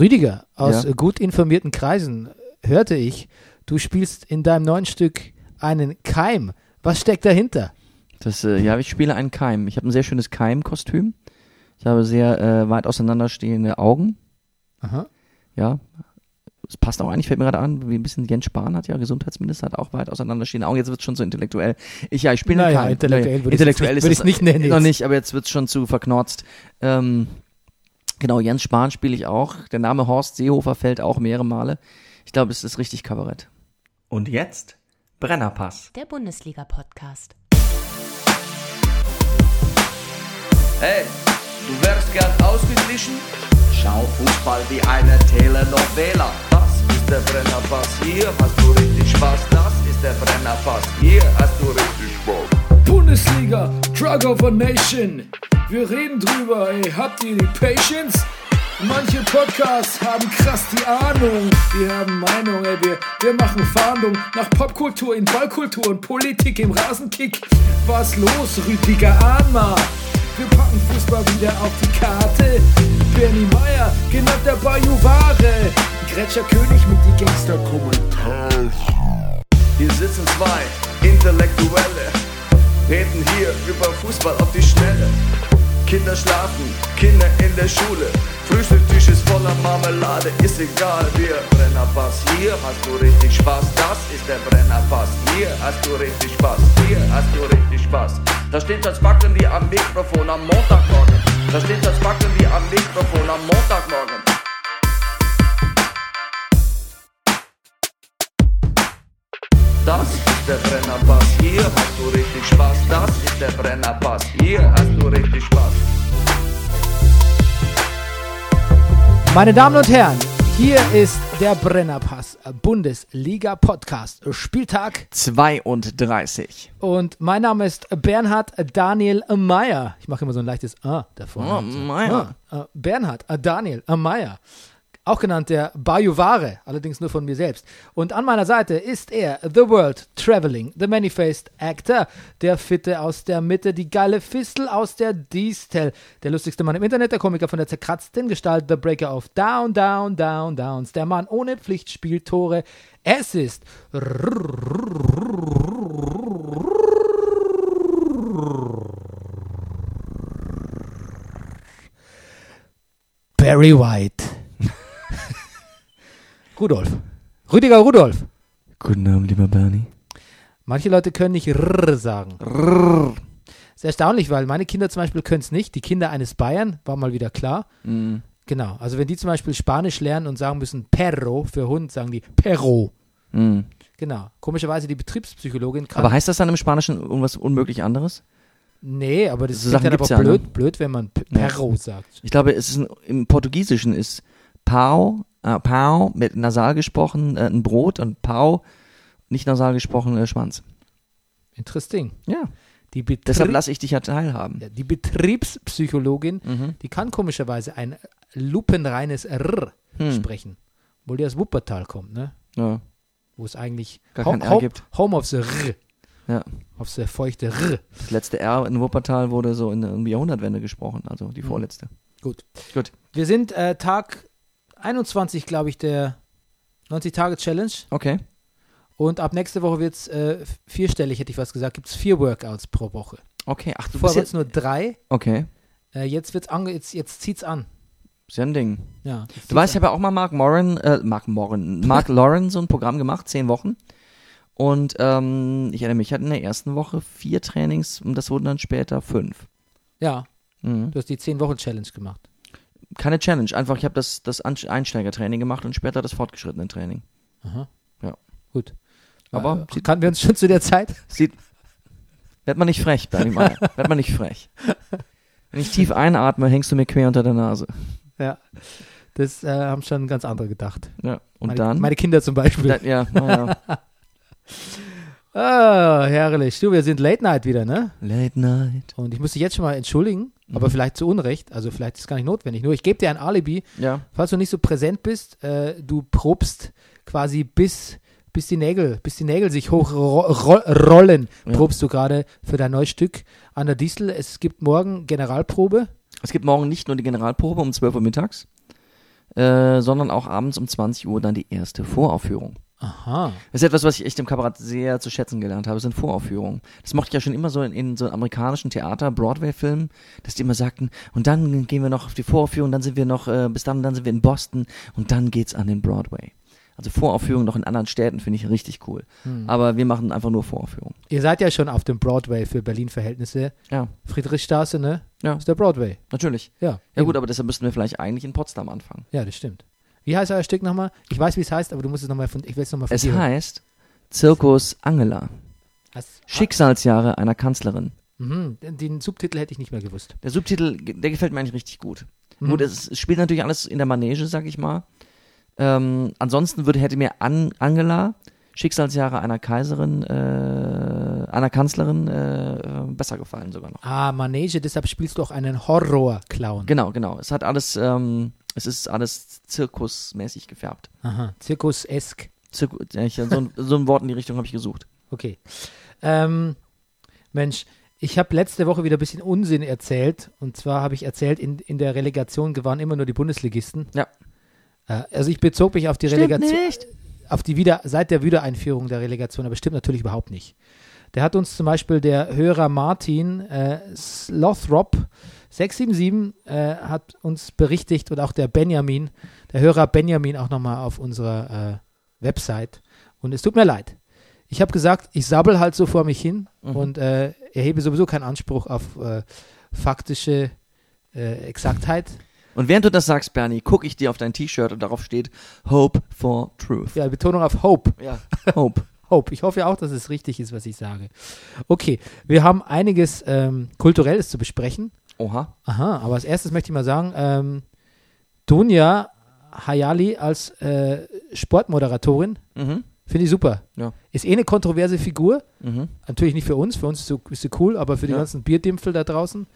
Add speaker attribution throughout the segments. Speaker 1: Rüdiger, aus
Speaker 2: Ja.
Speaker 1: gut informierten Kreisen hörte ich, du spielst in deinem neuen Stück einen Keim. Was steckt dahinter?
Speaker 2: Das, äh, ja, ich spiele einen Keim. Ich habe ein sehr schönes Keim-Kostüm. Ich habe sehr äh, weit auseinanderstehende Augen.
Speaker 1: Aha.
Speaker 2: Ja. Es passt auch eigentlich, fällt mir gerade an, wie ein bisschen Jens Spahn hat ja, Gesundheitsminister, hat auch weit auseinanderstehende Augen. Jetzt wird es schon so intellektuell. Ich, ja, ich spiele einen
Speaker 1: Naja,
Speaker 2: Keim.
Speaker 1: intellektuell
Speaker 2: Naja,
Speaker 1: würde ich's
Speaker 2: intellektuell
Speaker 1: jetzt
Speaker 2: ist
Speaker 1: nicht-
Speaker 2: es
Speaker 1: würde ich's nicht nennen
Speaker 2: Noch
Speaker 1: jetzt.
Speaker 2: nicht, aber jetzt wird es schon zu verknorzt. Ähm, genau, Jens Spahn spiele ich auch. Der Name Horst Seehofer fällt auch mehrere Male. Ich glaube, es ist richtig Kabarett.
Speaker 3: Und jetzt Brennerpass.
Speaker 4: Der Bundesliga-Podcast.
Speaker 5: Hey, du wärst gern ausgeglichen? Schau Fußball wie eine Telenovela. Das ist der Brennerpass, hier hast du richtig Spaß. Das ist der Brennerpass, hier hast du richtig Spaß.
Speaker 6: Bundesliga, Drug of a Nation. Wir reden drüber, ey, habt ihr die Patience? Manche Podcasts haben krass die Ahnung. Wir haben Meinung, ey, wir, wir machen Fahndung nach Popkultur in Ballkultur und Politik im Rasenkick. Was los, Rüdiger Ahnma? Wir packen Fußball wieder auf die Karte. Bernie Meyer, genannt der Bajuware. Gretscher König mit die Gangster-Kommentare.
Speaker 5: Hier sitzen zwei Intellektuelle, reden hier über Fußball auf die Schnelle. Kinder schlafen, Kinder in der Schule. Frühstückstisch ist voller Marmelade, ist egal, wir Brennerpass. Hier hast du richtig Spaß, das ist der Brennerpass. Hier hast du richtig Spaß, hier hast du richtig Spaß. Da steht das Backen wie am Mikrofon am Montagmorgen. Da steht das Backen wie am Mikrofon am Montagmorgen. Das ist der Brennerpass, hier hast du richtig Spaß. Das ist der Brennerpass, hier hast du richtig Spaß.
Speaker 1: Meine Damen und Herren, hier ist der Brennerpass Bundesliga Podcast Spieltag
Speaker 2: 32.
Speaker 1: und mein Name ist Bernhard Daniel Meyer. Ich mache immer so ein leichtes A davor.
Speaker 2: Oh, Meyer.
Speaker 1: Ah, äh, Bernhard äh, Daniel äh, Meyer. Auch genannt der Bayouware, allerdings nur von mir selbst. Und an meiner Seite ist er, The World Traveling, The Many-Faced Actor, der Fitte aus der Mitte, die geile Fistel aus der Distel, der lustigste Mann im Internet, der Komiker von der zerkratzten Gestalt, The Breaker of Down, Down, Down, Downs, der Mann ohne Pflichtspieltore. Es ist Barry White. Rudolf. Rüdiger Rudolf.
Speaker 2: Guten Abend, lieber Bernie.
Speaker 1: Manche Leute können nicht rrr sagen. Ist erstaunlich, weil meine Kinder zum Beispiel können es nicht. Die Kinder eines Bayern, war mal wieder klar.
Speaker 2: Mhm.
Speaker 1: Genau. Also wenn die zum Beispiel Spanisch lernen und sagen müssen Perro für Hund, sagen die Perro.
Speaker 2: Mhm.
Speaker 1: Genau. Komischerweise die Betriebspsychologin kann.
Speaker 2: Aber heißt das dann im Spanischen irgendwas unmöglich anderes?
Speaker 1: nee, aber das
Speaker 2: So
Speaker 1: ist
Speaker 2: Sachen
Speaker 1: dann aber
Speaker 2: gibt's ja, ne?
Speaker 1: blöd, blöd, wenn man P-
Speaker 2: Ja.
Speaker 1: Perro sagt.
Speaker 2: Ich glaube, es ist ein, im Portugiesischen ist Pau, äh, Pau mit nasal gesprochen äh, ein Brot und Pau nicht nasal gesprochen äh, Schwanz.
Speaker 1: Interesting.
Speaker 2: Ja.
Speaker 1: Die,
Speaker 2: Deshalb Mhm.
Speaker 1: Betrie-
Speaker 2: lasse ich dich ja teilhaben.
Speaker 1: die Betriebspsychologin, die kann komischerweise ein lupenreines Rrr
Speaker 2: Hm.
Speaker 1: sprechen. Obwohl die aus Wuppertal kommt, ne?
Speaker 2: Ja.
Speaker 1: wo es eigentlich
Speaker 2: Gar
Speaker 1: Ho-
Speaker 2: kein R
Speaker 1: Ho-
Speaker 2: gibt.
Speaker 1: Home of the R,
Speaker 2: ja.
Speaker 1: auf the feuchte R.
Speaker 2: Das letzte R in Wuppertal wurde so in der um die Jahrhundertwende gesprochen, also die vorletzte.
Speaker 1: Gut.
Speaker 2: Gut.
Speaker 1: Wir sind äh, Tag 21, glaube ich, der 90-Tage-Challenge.
Speaker 2: Okay.
Speaker 1: Und ab nächste Woche wird es äh, vierstellig, hätte ich was gesagt, gibt es vier Workouts pro Woche.
Speaker 2: Okay. Ach, du bist
Speaker 1: Vorher
Speaker 2: ja,
Speaker 1: wird es nur drei,
Speaker 2: Okay.
Speaker 1: äh, jetzt, wird's ange jetzt, jetzt zieht es an.
Speaker 2: Ist ja ein Ding.
Speaker 1: Ja, jetzt zieht's
Speaker 2: Du weißt, ich
Speaker 1: an.
Speaker 2: habe ja auch mal Mark Moran, äh, Mark Moran, Mark Lauren so ein Programm gemacht, zehn Wochen. Und ähm, ich erinnere mich, ich hatte in der ersten Woche vier Trainings und das wurden dann später fünf.
Speaker 1: ja,
Speaker 2: Mhm.
Speaker 1: du hast die 10-Wochen-Challenge gemacht.
Speaker 2: Keine Challenge, einfach ich habe das, das An- Einsteigertraining gemacht und später das fortgeschrittene Training.
Speaker 1: Aha.
Speaker 2: Ja.
Speaker 1: Gut.
Speaker 2: Aber
Speaker 1: äh, kannten wir uns schon zu der Zeit?
Speaker 2: Sieht, werd man nicht frech, Bernie Meier. werd man nicht frech. Wenn ich tief einatme, hängst du mir quer unter der Nase.
Speaker 1: Ja. Das äh, haben schon ganz andere gedacht.
Speaker 2: Ja. Und
Speaker 1: meine,
Speaker 2: dann?
Speaker 1: Meine Kinder zum Beispiel.
Speaker 2: dann ja, naja.
Speaker 1: Ah, herrlich. Du, wir sind Late Night wieder, ne?
Speaker 2: Late night.
Speaker 1: Und ich muss dich jetzt schon mal entschuldigen,
Speaker 2: Mhm.
Speaker 1: aber vielleicht zu Unrecht. Also vielleicht ist es gar nicht notwendig. Nur ich gebe dir ein Alibi,
Speaker 2: Ja.
Speaker 1: falls du nicht so präsent bist. Äh, du probst quasi bis, bis die Nägel, bis die Nägel sich hochrollen,
Speaker 2: Ja.
Speaker 1: probst du gerade für dein neues Stück an der Distel. Es gibt morgen Generalprobe.
Speaker 2: Es gibt morgen nicht nur die Generalprobe um 12 Uhr mittags, äh, sondern auch abends um 20 Uhr dann die erste Voraufführung.
Speaker 1: Aha.
Speaker 2: Das ist etwas, was ich echt im Kabarett sehr zu schätzen gelernt habe, sind Voraufführungen. Das mochte ich ja schon immer so in, in so amerikanischen Theater, Broadway-Filmen, dass die immer sagten, und dann gehen wir noch auf die Voraufführung, dann sind wir noch, äh, bis dann, dann sind wir in Boston und dann geht's an den Broadway. Also Voraufführungen noch in anderen Städten finde ich richtig cool. Aber wir machen einfach nur Voraufführungen.
Speaker 1: Ihr seid ja schon auf dem Broadway für Berlin-Verhältnisse.
Speaker 2: Ja,
Speaker 1: Friedrichstraße, ne?
Speaker 2: ja,
Speaker 1: Ist der Broadway.
Speaker 2: natürlich.
Speaker 1: Ja.
Speaker 2: Ja gut, aber deshalb müssten wir vielleicht eigentlich in Potsdam anfangen.
Speaker 1: Ja, das stimmt. Wie heißt euer Stück nochmal? Ich weiß, wie es heißt, aber du musst es nochmal von. Ich will es nochmal von
Speaker 2: Es
Speaker 1: dir hören.
Speaker 2: heißt Zirkus Angela.
Speaker 1: Hast-
Speaker 2: Schicksalsjahre einer Kanzlerin.
Speaker 1: Mhm, den den Subtitel hätte ich nicht mehr gewusst.
Speaker 2: Der Subtitel, der gefällt mir eigentlich richtig gut.
Speaker 1: Mhm.
Speaker 2: Gut, es es spielt natürlich alles in der Manege, sag ich mal. Ähm, ansonsten würde, hätte mir An Angela, Schicksalsjahre einer Kaiserin, äh, einer Kanzlerin, äh, äh, besser gefallen sogar noch.
Speaker 1: Ah, Manege, deshalb spielst du auch einen Horror-Clown.
Speaker 2: Genau, genau. Es hat alles, ähm, es ist alles zirkusmäßig gefärbt.
Speaker 1: Aha, Zirkus-esk.
Speaker 2: Zirku ja, ich, so, ein, so ein Wort in die Richtung habe ich gesucht.
Speaker 1: Okay. Ähm, Mensch, ich habe letzte Woche wieder ein bisschen Unsinn erzählt. Und zwar habe ich erzählt, in, in der Relegation gewannen immer nur die Bundesligisten.
Speaker 2: Ja.
Speaker 1: Äh, also ich bezog mich auf die Relegation. Auf die wieder, seit der Wiedereinführung der Relegation, aber stimmt natürlich überhaupt nicht. Der hat uns zum Beispiel der Hörer Martin äh, Slothrop 677 äh, hat uns berichtigt und auch der Benjamin, der Hörer Benjamin auch nochmal auf unserer äh, Website. Und es tut mir leid. Ich habe gesagt, ich sabbel halt so vor mich hin und äh, erhebe sowieso keinen Anspruch auf äh, faktische äh, Exaktheit.
Speaker 2: Und während du das sagst, Bernie, gucke ich dir auf dein T-Shirt und darauf steht Hope for Truth.
Speaker 1: Ja, Betonung auf Hope.
Speaker 2: Ja, Hope.
Speaker 1: Hope. Ich hoffe ja auch, dass es richtig ist, was ich sage. Okay, wir haben einiges ähm, Kulturelles zu besprechen.
Speaker 2: Oha.
Speaker 1: Aha, aber als erstes möchte ich mal sagen, ähm, Dunja Hayali als äh, Sportmoderatorin
Speaker 2: Mhm.
Speaker 1: finde ich super.
Speaker 2: Ja.
Speaker 1: Ist eh eine kontroverse Figur.
Speaker 2: Mhm.
Speaker 1: Natürlich nicht für uns, für uns ist sie, ist sie cool, aber für die
Speaker 2: Ja.
Speaker 1: ganzen Bierdimpfel da draußen.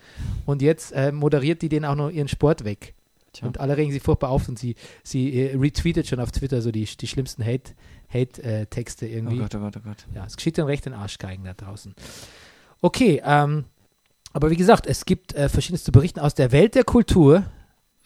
Speaker 1: Und jetzt äh, moderiert die denen auch noch ihren Sport weg.
Speaker 2: Tja.
Speaker 1: Und alle regen sie furchtbar auf und sie, sie äh, retweetet schon auf Twitter so die, die schlimmsten Hate-Texte Hate, äh, Texte
Speaker 2: Oh
Speaker 1: irgendwie.
Speaker 2: Gott, oh Gott, oh Gott.
Speaker 1: Ja, es geschieht dann recht den Arschgeigen da draußen. Okay, ähm, aber wie gesagt, es gibt äh, verschiedenste Berichte aus der Welt der Kultur.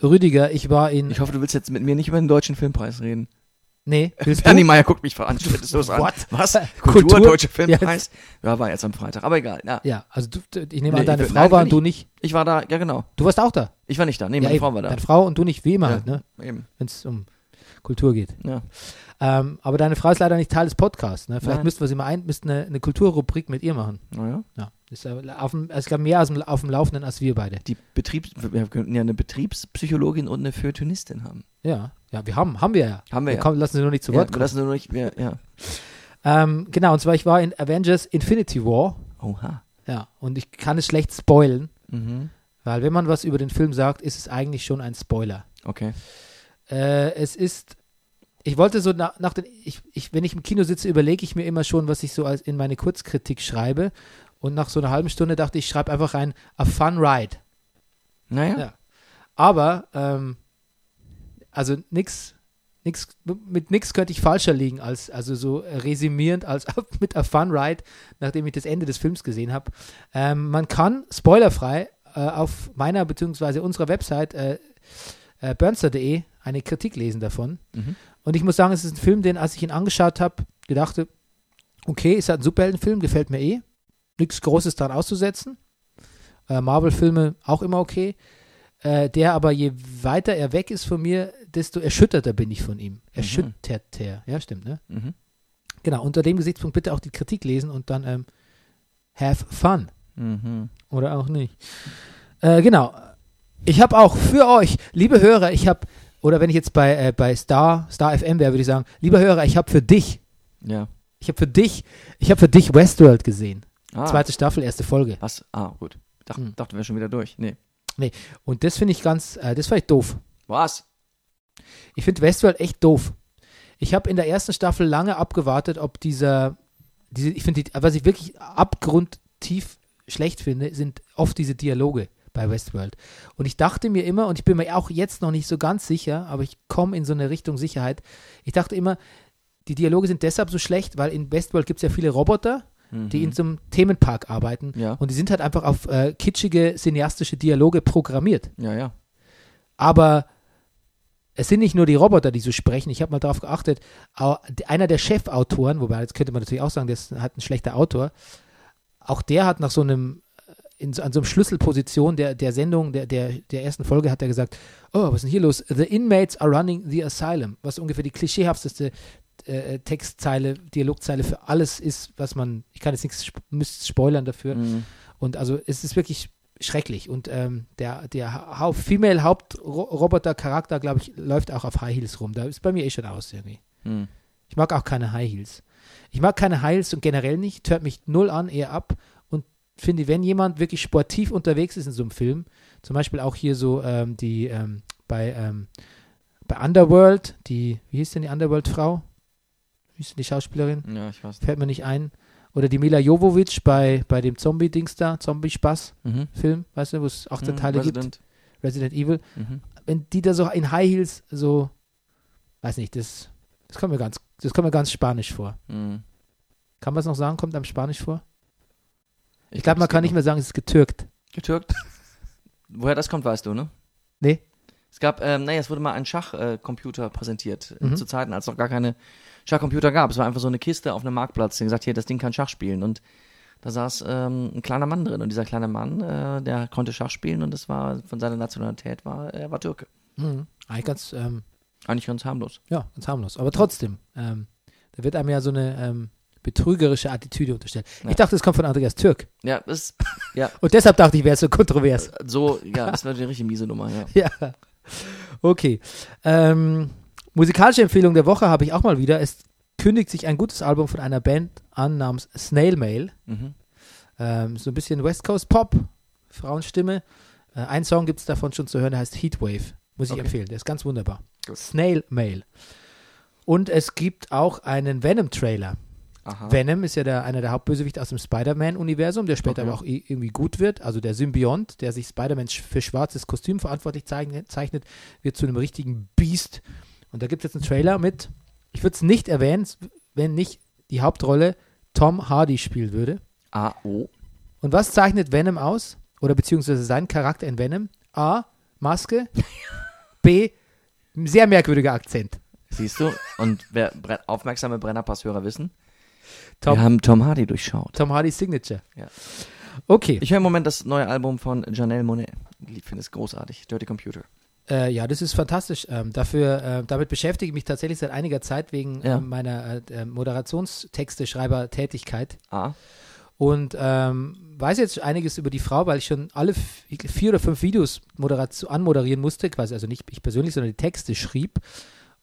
Speaker 1: Rüdiger, ich war in.
Speaker 2: Ich hoffe, du willst jetzt mit mir nicht über den deutschen Filmpreis reden.
Speaker 1: nee, willst
Speaker 2: Bernie
Speaker 1: du?
Speaker 2: Meyer guckt mich veranschaulicht so an.
Speaker 1: What? Äh,
Speaker 2: Was? Kultur,
Speaker 1: Kultur?
Speaker 2: deutscher Filmpreis? Ja, war jetzt am Freitag, aber egal. Ja,
Speaker 1: Ja, also du, du- ich nehme
Speaker 2: Nee,
Speaker 1: an, deine
Speaker 2: ich-
Speaker 1: Frau
Speaker 2: nein,
Speaker 1: war
Speaker 2: bin
Speaker 1: und du nicht.
Speaker 2: ich war da, ja genau.
Speaker 1: Du warst auch da.
Speaker 2: Ich war nicht da, nee,
Speaker 1: ja,
Speaker 2: meine
Speaker 1: eben.
Speaker 2: Frau war da.
Speaker 1: Deine Frau und du nicht, wie immer halt, ne?
Speaker 2: Eben,
Speaker 1: Wenn es um Kultur geht.
Speaker 2: ja.
Speaker 1: Ähm, aber deine Frau ist leider nicht Teil des Podcasts, ne? Vielleicht
Speaker 2: Nein.
Speaker 1: müssten wir sie mal ein, müssten eine, eine Kulturrubrik mit ihr machen.
Speaker 2: Naja.
Speaker 1: Ja. Ist ja auf dem, es gab mehr aus dem, auf dem Laufenden als wir beide.
Speaker 2: Die Betriebs... Wir könnten ja eine Betriebspsychologin und eine Feuilletonistin haben.
Speaker 1: Ja, ja, wir haben, haben wir ja.
Speaker 2: Haben wir ja.
Speaker 1: Komm, lassen Sie nur nicht zu Wort
Speaker 2: ja, wir lassen nur nicht... Wir, ja.
Speaker 1: Ähm, genau, und zwar ich war in Avengers Infinity War.
Speaker 2: Oha.
Speaker 1: Ja, und ich kann es schlecht spoilen,
Speaker 2: Mhm.
Speaker 1: weil wenn man was über den Film sagt, ist es eigentlich schon ein Spoiler.
Speaker 2: Okay.
Speaker 1: Äh, es ist, ich wollte so nach, nach den, ich, ich, wenn ich im Kino sitze, überlege ich mir immer schon, was ich so als in meine Kurzkritik schreibe. Und nach so einer halben Stunde dachte ich, ich schreibe einfach rein, a fun ride.
Speaker 2: Naja.
Speaker 1: Ja. Aber, ähm, also nix, nix, mit nix könnte ich falscher liegen, als, also so resümierend als mit A Fun Ride, nachdem ich das Ende des Films gesehen habe. Ähm, man kann, spoilerfrei, äh, auf meiner bzw. unserer Website äh, äh, burnster.de eine Kritik lesen davon.
Speaker 2: Mhm.
Speaker 1: Und ich muss sagen, es ist ein Film, den, als ich ihn angeschaut habe, gedachte, okay, ist halt ein Superheldenfilm, gefällt mir eh. Nichts Großes dran auszusetzen. Äh, Marvel-Filme auch immer okay äh, der aber je weiter er weg ist von mir, desto erschütterter bin ich von ihm. Erschütterter. Ja, stimmt, ne?
Speaker 2: Mhm.
Speaker 1: Genau, unter dem Gesichtspunkt bitte auch die Kritik lesen und dann ähm, have fun.
Speaker 2: Mhm.
Speaker 1: Oder auch nicht. Äh, genau. Ich habe auch für euch, liebe Hörer, ich habe, oder wenn ich jetzt bei, äh, bei Star, Star FM wäre, würde ich sagen, lieber Hörer, ich habe für dich,
Speaker 2: Ja.
Speaker 1: ich habe für dich, ich habe für dich Westworld gesehen.
Speaker 2: Ah,
Speaker 1: Zweite Staffel, erste Folge.
Speaker 2: Was? Ah, gut. Dach,
Speaker 1: Hm.
Speaker 2: Dachten wir schon wieder durch. Nee.
Speaker 1: Und das finde ich ganz, äh, das war ich doof.
Speaker 2: Was?
Speaker 1: Ich finde Westworld echt doof. Ich habe in der ersten Staffel lange abgewartet, ob dieser, diese, ich finde, die- was ich wirklich abgrundtief schlecht finde, sind oft diese Dialoge bei Westworld. Und ich dachte mir immer, und ich bin mir auch jetzt noch nicht so ganz sicher, aber ich komme in so eine Richtung Sicherheit. Ich dachte immer, die Dialoge sind deshalb so schlecht, weil in Westworld gibt es ja viele Roboter,
Speaker 2: Mhm.
Speaker 1: die in so einem Themenpark arbeiten.
Speaker 2: Ja.
Speaker 1: Und die sind halt einfach auf äh, kitschige, cineastische Dialoge programmiert.
Speaker 2: Ja, ja.
Speaker 1: Aber es sind nicht nur die Roboter, die so sprechen. Ich habe mal darauf geachtet, au- einer der Chefautoren, wobei jetzt könnte man natürlich auch sagen, der ist halt ein schlechter Autor, auch der hat nach so einem, äh, in, so- an so einem Schlüsselposition der, der Sendung, der, der, der ersten Folge, hat er gesagt, oh, was ist denn hier los? The inmates are running the asylum, was ungefähr die klischeehafteste äh, Textzeile, Dialogzeile für alles ist, was man, ich kann jetzt nichts sp- müsst spoilern dafür.
Speaker 2: Mhm.
Speaker 1: Und also es ist wirklich schrecklich. Und ähm, der, der Hau- Female Hauptroboter-Charakter, glaube ich, läuft auch auf High Heels rum. Da ist bei mir eh schon aus irgendwie.
Speaker 2: Mhm.
Speaker 1: Ich mag auch keine High Heels. Ich mag keine High Heels und generell nicht. Hört mich null an, eher ab. Und finde, wenn jemand wirklich sportiv unterwegs ist in so einem Film, zum Beispiel auch hier so ähm, die ähm, bei, ähm, bei Underworld, die, wie hieß denn die Underworld-Frau? Wie hieß denn die Schauspielerin?
Speaker 2: Ja, ich weiß.
Speaker 1: Fällt mir nicht ein. Oder die Mila Jovovic bei, bei dem Zombie-Dings da, Zombie-Spaß.
Speaker 2: Mhm.
Speaker 1: Film, weißt du, wo es 18
Speaker 2: Mhm,
Speaker 1: Teile gibt,
Speaker 2: Resident.
Speaker 1: Resident Evil,
Speaker 2: Mhm.
Speaker 1: wenn die da so in High Heels so, weiß nicht, das, das kommt mir ganz, das kommt mir ganz spanisch vor.
Speaker 2: Mhm.
Speaker 1: Kann man es noch sagen, kommt einem spanisch vor? Ich,
Speaker 2: glaub,
Speaker 1: glaube, man
Speaker 2: es
Speaker 1: kann
Speaker 2: geht
Speaker 1: nicht mehr sagen, es ist getürkt.
Speaker 2: Getürkt. Woher das kommt, weißt du, ne?
Speaker 1: Nee.
Speaker 2: Es gab, ähm, naja, es wurde mal ein Schachcomputer äh, Computer präsentiert, äh,
Speaker 1: Mhm.
Speaker 2: zu Zeiten, als es noch gar keine Schachcomputer gab. Es war einfach so eine Kiste auf einem Marktplatz, die gesagt, hier, das Ding kann Schach spielen. Und da saß ähm, ein kleiner Mann drin. Und dieser kleine Mann, äh, der konnte Schach spielen und das war von seiner Nationalität, war, er war Türke.
Speaker 1: Mhm. Eigentlich ganz, ähm,
Speaker 2: Eigentlich ganz harmlos.
Speaker 1: ja, ganz harmlos. Aber trotzdem, ähm, da wird einem ja so eine ähm, betrügerische Attitüde unterstellt.
Speaker 2: Ja.
Speaker 1: Ich dachte, es kommt von Andreas Türk.
Speaker 2: Ja, das ist
Speaker 1: Und deshalb dachte ich, wäre es so kontrovers.
Speaker 2: so, ja, das war eine richtig miese Nummer, ja.
Speaker 1: Ja. Okay. Ähm, musikalische Empfehlung der Woche habe ich auch mal wieder. Es kündigt sich ein gutes Album von einer Band an namens Snail Mail.
Speaker 2: Mhm.
Speaker 1: Ähm, so ein bisschen West Coast Pop, Frauenstimme. Äh, ein Song gibt es davon schon zu hören, der heißt Heatwave. Muss ich
Speaker 2: Okay.
Speaker 1: empfehlen, der ist ganz wunderbar.
Speaker 2: Gut.
Speaker 1: Snail Mail. Und es gibt auch einen Venom-Trailer.
Speaker 2: Aha.
Speaker 1: Venom ist ja der, einer der Hauptbösewichte aus dem Spider-Man-Universum, der später
Speaker 2: Okay.
Speaker 1: aber auch i- irgendwie gut wird. Also der Symbiont, der sich Spider-Man sch- für schwarzes Kostüm verantwortlich zeichnet, zeichnet wird zu einem richtigen Biest. Und da gibt es jetzt einen Trailer mit, ich würde es nicht erwähnen, s- wenn nicht die Hauptrolle Tom Hardy spielen würde.
Speaker 2: A-O.
Speaker 1: Und was zeichnet Venom aus? Oder beziehungsweise sein Charakter in Venom? A. Maske. B. ein Sehr merkwürdiger Akzent.
Speaker 2: Siehst du? Und wer Bren- aufmerksame Brennerpasshörer wissen,
Speaker 1: Tom,
Speaker 2: wir haben Tom Hardy durchschaut.
Speaker 1: Tom Hardys Signature.
Speaker 2: Ja.
Speaker 1: Okay.
Speaker 2: Ich höre im Moment das neue Album von Janelle Monet. Ich finde es großartig. Dirty Computer.
Speaker 1: Äh, ja, das ist fantastisch. Ähm, dafür, äh, damit beschäftige ich mich tatsächlich seit einiger Zeit wegen
Speaker 2: Ja.
Speaker 1: ähm, meiner äh, äh, Moderationstexte-Schreiber-Tätigkeit
Speaker 2: Ah,
Speaker 1: und ähm, weiß jetzt einiges über die Frau, weil ich schon alle f- vier oder fünf Videos moderat- anmoderieren musste, quasi also nicht ich persönlich, sondern die Texte schrieb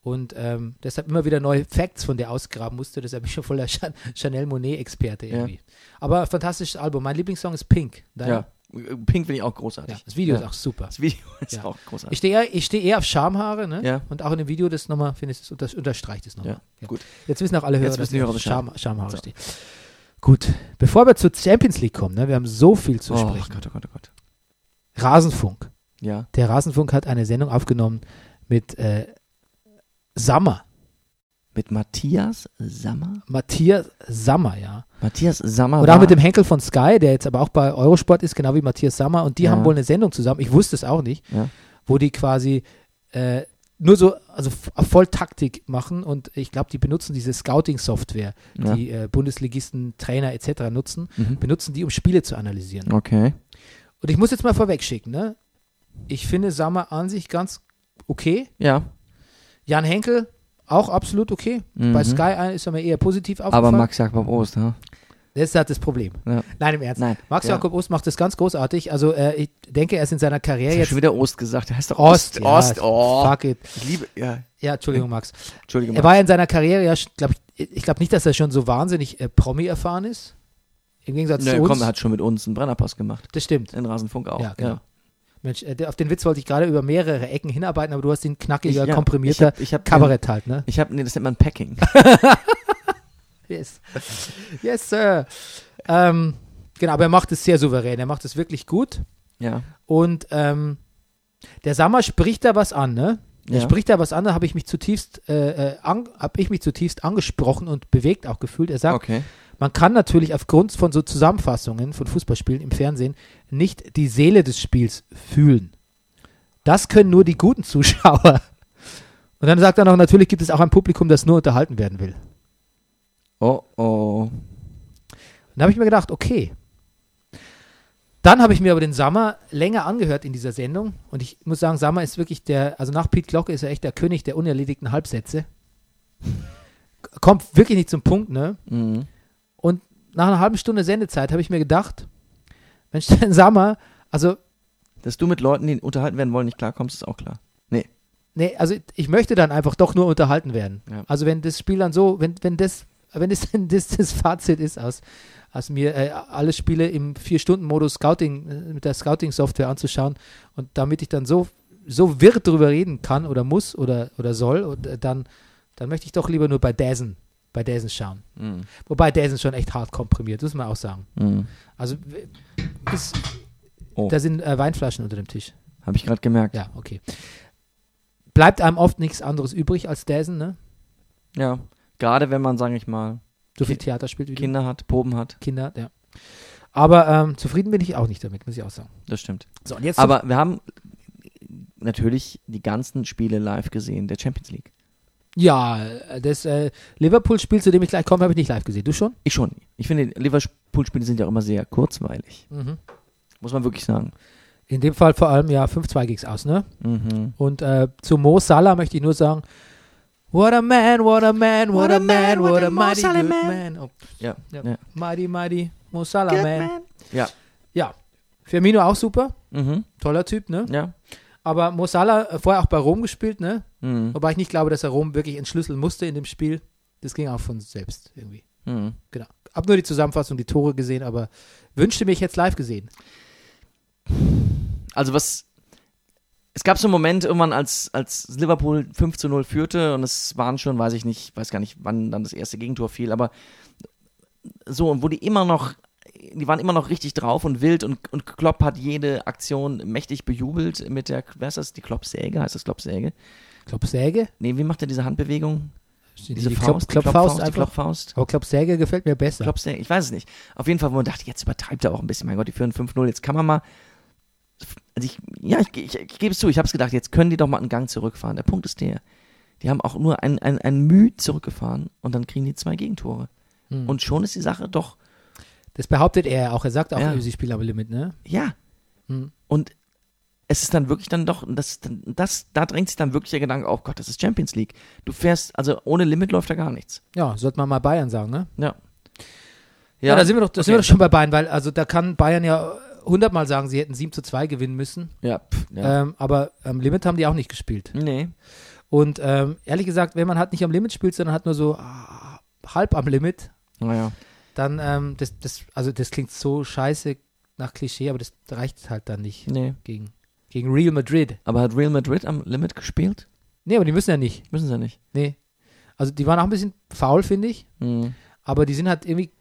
Speaker 1: und ähm, deshalb immer wieder neue Facts von der ausgraben musste. Deshalb bin ich schon voller Chan Chanel Monet-Experte
Speaker 2: Ja.
Speaker 1: irgendwie. Aber fantastisches Album. Mein Lieblingssong ist Pink. Dein,
Speaker 2: ja. Pink finde ich auch großartig.
Speaker 1: ja. Das Video
Speaker 2: Ja.
Speaker 1: ist auch super.
Speaker 2: Das Video ist
Speaker 1: Ja.
Speaker 2: auch
Speaker 1: Ich
Speaker 2: großartig.
Speaker 1: stehe eher, ich stehe eher auf Schamhaare, ne?
Speaker 2: Ja.
Speaker 1: Und auch in dem Video das nochmal, finde ich, das unter, unterstreicht es nochmal.
Speaker 2: Ja, gut.
Speaker 1: Jetzt wissen auch alle Hörer,
Speaker 2: Jetzt wissen
Speaker 1: dass
Speaker 2: die
Speaker 1: ich
Speaker 2: Hörer
Speaker 1: auf
Speaker 2: Bescheid.
Speaker 1: Scham, Schamhaare
Speaker 2: So.
Speaker 1: stehe. Gut, bevor wir zur Champions League kommen, ne? Wir haben so viel zu
Speaker 2: oh
Speaker 1: sprechen.
Speaker 2: Gott, oh Gott, oh Gott.
Speaker 1: Rasenfunk.
Speaker 2: Ja.
Speaker 1: Der Rasenfunk hat eine Sendung aufgenommen mit äh, Sammer,
Speaker 2: Mit Matthias Sammer?
Speaker 1: Matthias Sammer, ja.
Speaker 2: Matthias Sammer.
Speaker 1: Und auch
Speaker 2: war-
Speaker 1: mit dem Henkel von Sky, der jetzt aber auch bei Eurosport ist, genau wie Matthias Sammer. Und die
Speaker 2: Ja.
Speaker 1: haben wohl eine Sendung zusammen, ich wusste es auch nicht,
Speaker 2: Ja.
Speaker 1: wo die quasi äh, nur so, also f- voll Taktik machen. Und ich glaube, die benutzen diese Scouting-Software,
Speaker 2: Ja.
Speaker 1: die äh, Bundesligisten, Trainer etc. nutzen,
Speaker 2: Mhm.
Speaker 1: benutzen die, um Spiele zu analysieren.
Speaker 2: Okay.
Speaker 1: Und ich muss jetzt mal vorweg schicken, ne? ich finde Sammer an sich ganz okay.
Speaker 2: Ja.
Speaker 1: Jan Henkel auch absolut okay.
Speaker 2: Mhm.
Speaker 1: Bei Sky äh, ist er mir eher positiv aufgefallen.
Speaker 2: Aber Max Jakob Ost, ha?
Speaker 1: Das ist halt das Problem.
Speaker 2: Ja.
Speaker 1: Nein, im Ernst.
Speaker 2: Nein.
Speaker 1: Max
Speaker 2: Ja.
Speaker 1: Jakob Ost macht das ganz großartig. Also äh, ich denke, er ist in seiner Karriere
Speaker 2: Ich habe
Speaker 1: jetzt
Speaker 2: schon wieder Ost gesagt. Der heißt doch
Speaker 1: Ost.
Speaker 2: Ost.
Speaker 1: ja,
Speaker 2: Ost. Oh.
Speaker 1: Fuck it.
Speaker 2: Ich liebe. Ja.
Speaker 1: Ja, Entschuldigung, Max.
Speaker 2: Entschuldigung.
Speaker 1: Er war ja in seiner Karriere ja, glaube ich, ich glaube nicht, dass er schon so wahnsinnig äh, Promi erfahren ist. Im Gegensatz
Speaker 2: Nö,
Speaker 1: zu uns.
Speaker 2: komm, er hat schon mit uns einen Brennerpass gemacht.
Speaker 1: das stimmt.
Speaker 2: In Rasenfunk auch.
Speaker 1: Ja, genau. Mensch, äh, der- auf den Witz wollte ich gerade über mehrere Ecken hinarbeiten, aber du hast ihn knackiger,
Speaker 2: Ich- ja,
Speaker 1: komprimierter
Speaker 2: ich hab- ich hab-
Speaker 1: Kabarett halt, ne?
Speaker 2: Ich habe, nee, das nennt man Packing.
Speaker 1: Yes. Yes, Sir. Ähm, genau, aber er macht es sehr souverän. Er macht es wirklich gut.
Speaker 2: ja.
Speaker 1: Und ähm, der Sammer spricht da was an, ne? Er
Speaker 2: Ja.
Speaker 1: spricht da was an, da habe ich mich zutiefst, äh, äh, an, habe ich mich zutiefst angesprochen und bewegt auch gefühlt. Er sagt,
Speaker 2: Okay.
Speaker 1: man kann natürlich aufgrund von so Zusammenfassungen von Fußballspielen im Fernsehen nicht die Seele des Spiels fühlen. Das können nur die guten Zuschauer. Und dann sagt er noch, natürlich gibt es auch ein Publikum, das nur unterhalten werden will.
Speaker 2: Oh oh.
Speaker 1: Und da habe ich mir gedacht, okay. Dann habe ich mir aber den Sammer länger angehört in dieser Sendung und ich muss sagen, Sammer ist wirklich der, also nach Pete Glocke ist er echt der König der unerledigten Halbsätze. Kommt wirklich nicht zum Punkt, ne?
Speaker 2: Mhm.
Speaker 1: Und nach einer halben Stunde Sendezeit habe ich mir gedacht, Mensch, der Sammer, also
Speaker 2: Dass du mit Leuten, die unterhalten werden wollen, nicht klarkommst, ist auch klar. Nee.
Speaker 1: Nee, also ich möchte dann einfach doch nur unterhalten werden.
Speaker 2: Ja.
Speaker 1: Also wenn das Spiel dann so, wenn, wenn das, wenn das, wenn das, das Fazit ist aus, aus mir, äh, alle Spiele im Vier-Stunden-Modus Scouting, äh, mit der Scouting-Software anzuschauen und damit ich dann so, so wirr drüber reden kann oder muss oder, oder soll, und, äh, dann, dann möchte ich doch lieber nur bei Dazen, bei Dazen schauen.
Speaker 2: Mhm.
Speaker 1: Wobei Dazen schon echt hart komprimiert, muss man auch sagen.
Speaker 2: Mhm.
Speaker 1: Also w- ist,
Speaker 2: Oh.
Speaker 1: da sind äh, Weinflaschen unter dem Tisch.
Speaker 2: Habe ich gerade gemerkt.
Speaker 1: Ja, okay. Bleibt einem oft nichts anderes übrig als Dazen, ne?
Speaker 2: Ja. Gerade wenn man, sage ich mal,
Speaker 1: So viel
Speaker 2: Ki-
Speaker 1: Theater spielt wie
Speaker 2: Kinder hat, Proben hat.
Speaker 1: du. Kinder, ja. Aber ähm, zufrieden bin ich auch nicht damit, muss ich auch sagen.
Speaker 2: Das stimmt.
Speaker 1: So, und jetzt
Speaker 2: Aber wir haben natürlich die ganzen Spiele live gesehen der Champions League.
Speaker 1: ja, äh, das äh, Liverpool-Spiel, zu dem ich gleich komme, habe ich nicht live gesehen. Du schon?
Speaker 2: Ich schon. Ich finde, Liverpool-Spiele sind ja auch immer sehr kurzweilig.
Speaker 1: Mhm.
Speaker 2: Muss man wirklich sagen.
Speaker 1: In dem Fall vor allem, ja, 5-2 ging's aus, ne?
Speaker 2: Mhm.
Speaker 1: Und äh, zu Mo Salah möchte ich nur sagen, What a man, what a man, what, a man, what a mighty good man. Oh,
Speaker 2: Ja.
Speaker 1: Ja.
Speaker 2: ja.
Speaker 1: mighty, mighty Mo Salah, man.
Speaker 2: Ja.
Speaker 1: Ja, Firmino auch super,
Speaker 2: Mhm.
Speaker 1: toller Typ, ne?
Speaker 2: Ja.
Speaker 1: Aber Mo Salah, äh, vorher auch bei Rom gespielt, ne?
Speaker 2: Mhm.
Speaker 1: Wobei ich nicht glaube, dass er Rom wirklich entschlüsseln musste in dem Spiel. Das ging auch von selbst irgendwie.
Speaker 2: Mhm.
Speaker 1: Genau. Hab nur die Zusammenfassung, die Tore gesehen, aber wünschte mich jetzt live gesehen.
Speaker 2: Also was. Es gab so einen Moment irgendwann, als, als Liverpool 5 zu 0 führte und es waren schon, weiß ich nicht, weiß gar nicht, wann dann das erste Gegentor fiel, aber so, und wo die immer noch, die waren immer noch richtig drauf und wild und, und Klopp hat jede Aktion mächtig bejubelt mit der, was ist das, die Kloppsäge, heißt das Kloppsäge?
Speaker 1: Kloppsäge?
Speaker 2: Nee, wie macht er diese Handbewegung?
Speaker 1: Diese
Speaker 2: Diese
Speaker 1: die
Speaker 2: Faust,
Speaker 1: Klopp,
Speaker 2: die
Speaker 1: Kloppfaust
Speaker 2: die
Speaker 1: einfach.
Speaker 2: Kloppfaust.
Speaker 1: aber Kloppsäge gefällt mir besser.
Speaker 2: Kloppsäge, ich weiß es nicht. Auf jeden Fall, wo man dachte, jetzt übertreibt er auch ein bisschen. Mein Gott, die führen 5-0, jetzt kann man mal. Also ich, ja, ich, ich, ich gebe es zu, ich habe es gedacht, jetzt können die doch mal einen Gang zurückfahren. Der Punkt ist der, die haben auch nur ein, ein, ein Müh zurückgefahren und dann kriegen die zwei Gegentore.
Speaker 1: Hm.
Speaker 2: Und schon ist die Sache doch,
Speaker 1: das behauptet er ja auch. Er sagt auch,
Speaker 2: Ja.
Speaker 1: sie spielen aber Limit, ne?
Speaker 2: ja.
Speaker 1: Hm.
Speaker 2: Und es ist dann wirklich dann doch, das, das, da drängt sich dann wirklich der Gedanke auf, Gott, das ist Champions League. Du fährst, also ohne Limit läuft da gar nichts.
Speaker 1: Ja, sollte man mal Bayern sagen, ne?
Speaker 2: Ja.
Speaker 1: Ja, da sind wir doch, da sind
Speaker 2: okay.
Speaker 1: wir doch schon bei Bayern, weil also da kann Bayern ja hundertmal sagen, sie hätten 7 zu 2 gewinnen müssen.
Speaker 2: Ja, pff, ja.
Speaker 1: Ähm, aber am Limit haben die auch nicht gespielt.
Speaker 2: nee.
Speaker 1: Und ähm, ehrlich gesagt, wenn man halt nicht am Limit spielt, sondern halt nur so ah, halb am Limit,
Speaker 2: Naja.
Speaker 1: dann, ähm, das, das, also das klingt so scheiße nach Klischee, aber das reicht halt dann nicht
Speaker 2: Nee.
Speaker 1: gegen, gegen Real Madrid.
Speaker 2: Aber hat Real Madrid am Limit gespielt?
Speaker 1: Nee, aber die müssen ja nicht.
Speaker 2: Müssen sie ja nicht.
Speaker 1: Nee. Also die waren auch ein bisschen faul, finde ich,
Speaker 2: Hm.
Speaker 1: aber die sind halt irgendwie,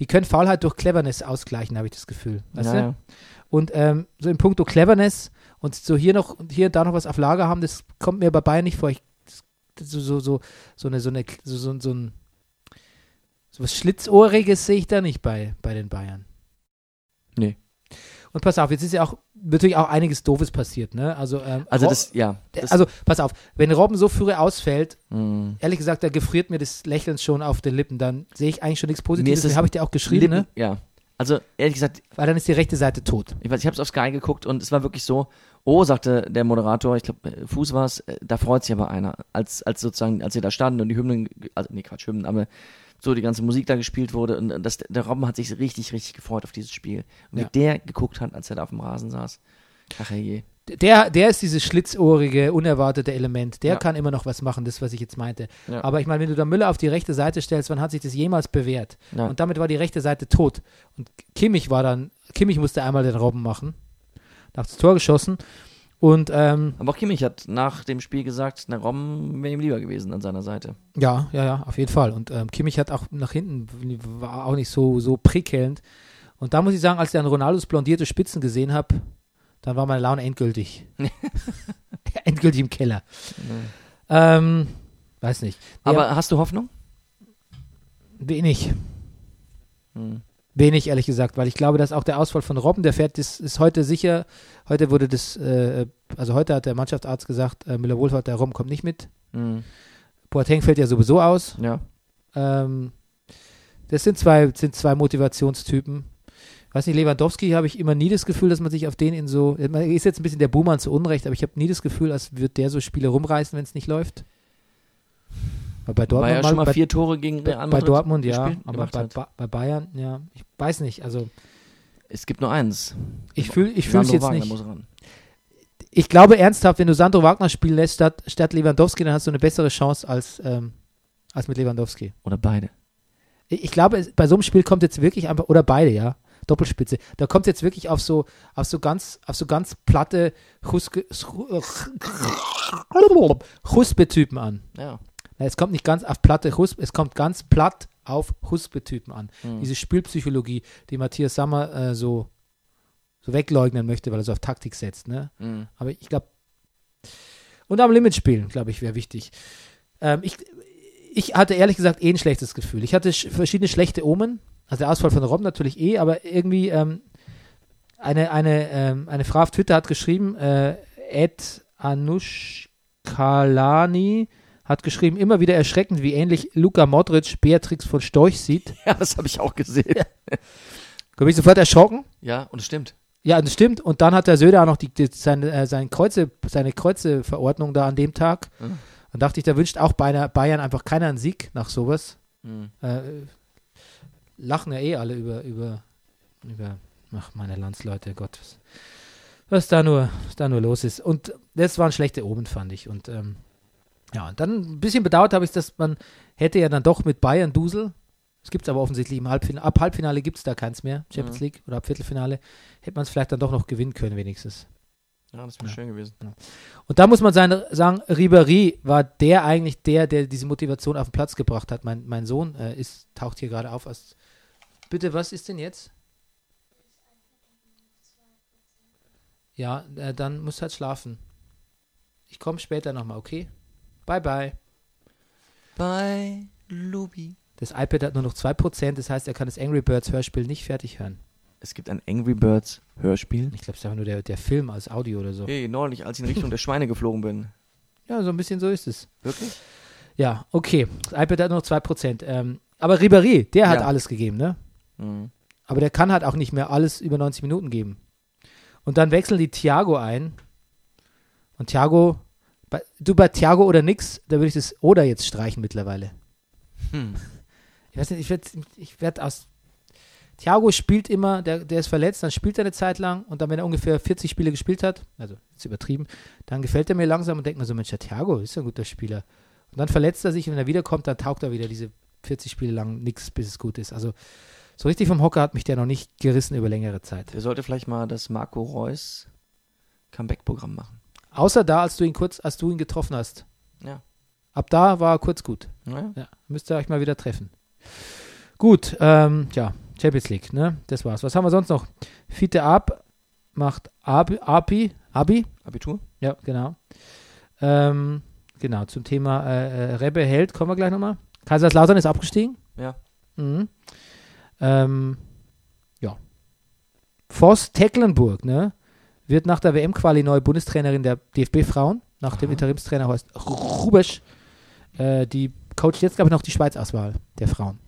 Speaker 1: die können Faulheit durch Cleverness ausgleichen, habe ich das Gefühl. Weißt
Speaker 2: Ja,
Speaker 1: du?
Speaker 2: ja.
Speaker 1: Und ähm, so in puncto Cleverness und so hier noch und hier und da noch was auf Lager haben, das kommt mir bei Bayern nicht vor. Ich, das, das, so, so, so, so eine, so eine, so, so, so ein so was Schlitzohriges sehe ich da nicht bei, bei den Bayern.
Speaker 2: Nee.
Speaker 1: Und pass auf, jetzt ist ja auch natürlich auch einiges Doofes passiert, ne? Also, ähm,
Speaker 2: Also
Speaker 1: Rob-
Speaker 2: das, ja. Das, hm.
Speaker 1: also pass auf, wenn Robben so früh ausfällt,
Speaker 2: mh.
Speaker 1: ehrlich gesagt, da gefriert mir das Lächeln schon auf den Lippen, dann sehe ich eigentlich schon nichts
Speaker 2: Mir
Speaker 1: Positives,
Speaker 2: ist das
Speaker 1: das habe ich dir auch geschrieben, ne?
Speaker 2: Ja. Also ehrlich gesagt,
Speaker 1: Weil dann ist die rechte Seite tot.
Speaker 2: ich weiß, ich habe es auf Sky geguckt und es war wirklich so, oh, sagte der Moderator, ich glaube, Fuß war es, da freut sich aber einer. Als, als sozusagen, als sie da standen und die Hymnen, ge- also nee, Quatsch, Hymnen, aber so die ganze Musik da gespielt wurde und äh, das, der Robben hat sich richtig, richtig gefreut auf dieses Spiel. Und
Speaker 1: Ja.
Speaker 2: wie der geguckt hat, als er da auf dem Rasen saß. Ach je.
Speaker 1: Der, der ist dieses schlitzohrige, unerwartete Element. Der
Speaker 2: Ja.
Speaker 1: kann immer noch was machen, das, was ich jetzt meinte.
Speaker 2: Ja.
Speaker 1: Aber ich meine, wenn du da Müller auf die rechte Seite stellst, wann hat sich das jemals bewährt?
Speaker 2: Ja.
Speaker 1: Und damit war die rechte Seite tot. Und Kimmich war dann, Kimmich musste einmal den Robben machen, nach das Tor geschossen. Und ähm,
Speaker 2: Aber auch Kimmich hat nach dem Spiel gesagt, na, Robben wäre ihm lieber gewesen an seiner Seite.
Speaker 1: ja, ja, ja, auf jeden Fall. Und ähm, Kimmich hat auch nach hinten, war auch nicht so, so prickelnd. Und da muss ich sagen, als ich an Ronaldos blondierte Spitzen gesehen habe, dann war meine Laune endgültig. endgültig im Keller. Ähm, weiß nicht. Nee,
Speaker 2: Aber hast du Hoffnung?
Speaker 1: Wenig. Wenig, ehrlich gesagt, weil ich glaube, dass auch der Ausfall von Robben, der fährt, das ist heute sicher, heute wurde das äh, also heute hat der Mannschaftsarzt gesagt, äh, Müller-Wohlfahrt, der Rom kommt nicht mit. Boateng fällt ja sowieso aus.
Speaker 2: Hm, Ja.
Speaker 1: Ähm, das sind zwei, sind zwei Motivationstypen. Weiß nicht, Lewandowski habe ich immer nie das Gefühl, dass man sich auf den in so. Er ist jetzt ein bisschen der Boomer zu Unrecht, aber ich habe nie das Gefühl, als würde der so Spiele rumreißen, wenn es nicht läuft. Weil Bei
Speaker 2: War
Speaker 1: Dortmund,
Speaker 2: ja schon mal
Speaker 1: bei,
Speaker 2: vier Tore gegen Real
Speaker 1: bei, bei
Speaker 2: Madrid
Speaker 1: Dortmund ja,
Speaker 2: gespielt,
Speaker 1: aber
Speaker 2: gemacht
Speaker 1: bei,
Speaker 2: hat.
Speaker 1: Ba- bei Bayern, ja. Ich weiß nicht, also
Speaker 2: Es gibt nur eins.
Speaker 1: ich fühle ich fühle es
Speaker 2: Sandro
Speaker 1: jetzt
Speaker 2: Wagner
Speaker 1: nicht.
Speaker 2: muss ran.
Speaker 1: ich glaube ernsthaft, wenn du Sandro Wagner spielen lässt statt, statt Lewandowski, dann hast du eine bessere Chance als, ähm, als mit Lewandowski.
Speaker 2: Oder beide.
Speaker 1: Ich, ich glaube, es- bei so einem Spiel kommt jetzt wirklich einfach, oder beide, ja, Doppelspitze, da kommt jetzt wirklich auf so, auf so ganz, auf so ganz platte Huske- Schu- Huspe-Typen an.
Speaker 2: Ja.
Speaker 1: Na, Es kommt nicht ganz auf platte Husp, es kommt ganz platt auf Huspe-Typen an. Diese Spielpsychologie, die Matthias Sammer äh, so, so wegleugnen möchte, weil er so auf Taktik setzt, ne?
Speaker 2: Mhm.
Speaker 1: Aber ich glaube, und am Limit spielen, glaube ich, wäre wichtig. Ähm, ich, ich hatte ehrlich gesagt eh ein schlechtes Gefühl. Ich hatte sch verschiedene schlechte Omen. Also der Ausfall von Robben natürlich eh, aber irgendwie ähm, eine, eine, ähm, eine Frau auf Twitter hat geschrieben, äh, Ed Anushkalani hat geschrieben, immer wieder erschreckend, wie ähnlich Luka Modric Beatrix von Storch sieht.
Speaker 2: Ja, das habe ich auch gesehen.
Speaker 1: Da bin ich sofort erschrocken.
Speaker 2: Ja, und es stimmt.
Speaker 1: Ja, das stimmt. Und dann hat der Söder auch noch die, die, seine, äh, seine, Kreuze, seine Kreuze-Verordnung da an dem Tag.
Speaker 2: Mhm.
Speaker 1: Dann dachte ich, da wünscht auch Bayern, Bayern einfach keiner einen Sieg nach sowas.
Speaker 2: Mhm.
Speaker 1: Äh, lachen ja eh alle über, über, über, ach meine Landsleute, Gott, was, was da nur, was da nur los ist. Und das waren schlechte Omen, fand ich. Und ähm, ja, und dann ein bisschen bedauert habe ich, dass man hätte ja dann doch mit Bayern Dusel, es gibt es aber offensichtlich im Halbfinale, ab Halbfinale gibt es da keins mehr, Champions League oder ab Viertelfinale, hätte man es vielleicht dann doch noch gewinnen können wenigstens.
Speaker 2: Ja, das wäre
Speaker 1: Ja.
Speaker 2: schön gewesen.
Speaker 1: Und da muss man sein, sagen, Ribéry war der eigentlich der, der diese Motivation auf den Platz gebracht hat. Mein, mein Sohn äh, ist, taucht hier gerade auf. Als, bitte, was ist denn jetzt? Ja, äh, dann musst halt schlafen. Ich komme später nochmal, okay? Bye, bye.
Speaker 2: Bei Lubi.
Speaker 1: Das iPad hat nur noch 2%, das heißt, er kann das Angry Birds Hörspiel nicht fertig hören.
Speaker 2: Es gibt ein Angry Birds Hörspiel.
Speaker 1: Ich glaube, es ist einfach nur der, der Film als Audio oder so.
Speaker 2: Hey, neulich, als ich in Richtung der Schweine geflogen bin.
Speaker 1: Ja, so ein bisschen so ist es.
Speaker 2: Wirklich?
Speaker 1: Ja, okay. Das iPad hat nur noch 2%. Ähm, aber Ribéry, der hat
Speaker 2: Ja.
Speaker 1: alles gegeben, ne?
Speaker 2: Mhm.
Speaker 1: Aber der kann halt auch nicht mehr alles über 90 Minuten geben. Und dann wechseln die Thiago ein. Und Thiago, bei, du bei Thiago oder nix, da würde ich das oder jetzt streichen mittlerweile.
Speaker 2: Hm.
Speaker 1: Ich weiß nicht, ich werde ich werd aus. Thiago spielt immer, der, der ist verletzt, dann spielt er eine Zeit lang und dann, wenn er ungefähr 40 Spiele gespielt hat, also ist übertrieben, dann gefällt er mir langsam und denkt mir so, Mensch, der Thiago ist ja ein guter Spieler. Und dann verletzt er sich und wenn er wiederkommt, dann taugt er wieder diese 40 Spiele lang nichts, bis es gut ist. Also so richtig vom Hocker hat mich der noch nicht gerissen über längere Zeit.
Speaker 2: Der sollte vielleicht mal das Marco Reus Comeback-Programm machen.
Speaker 1: Außer da, als du ihn kurz, als du ihn getroffen hast.
Speaker 2: Ja.
Speaker 1: Ab da war er kurz gut.
Speaker 2: Naja.
Speaker 1: Ja, müsst ihr euch mal wieder treffen. Gut, ähm, ja, Champions League, ne? Das war's. Was haben wir sonst noch? Fiete Ab macht Abi, Abi, Abi,
Speaker 2: Abitur?
Speaker 1: ja, genau. Ähm, genau, zum Thema äh, äh, Rebbe Held kommen wir gleich nochmal. Kaiserslautern ist abgestiegen.
Speaker 2: Ja.
Speaker 1: Mhm. Ähm, ja. Voss Tecklenburg, ne? Wird nach der WM-Quali neue Bundestrainerin der DFB-Frauen, nach dem Interimstrainer Horst Rubesch. Äh, die coacht jetzt, glaube ich, noch die Schweiz-Auswahl der Frauen.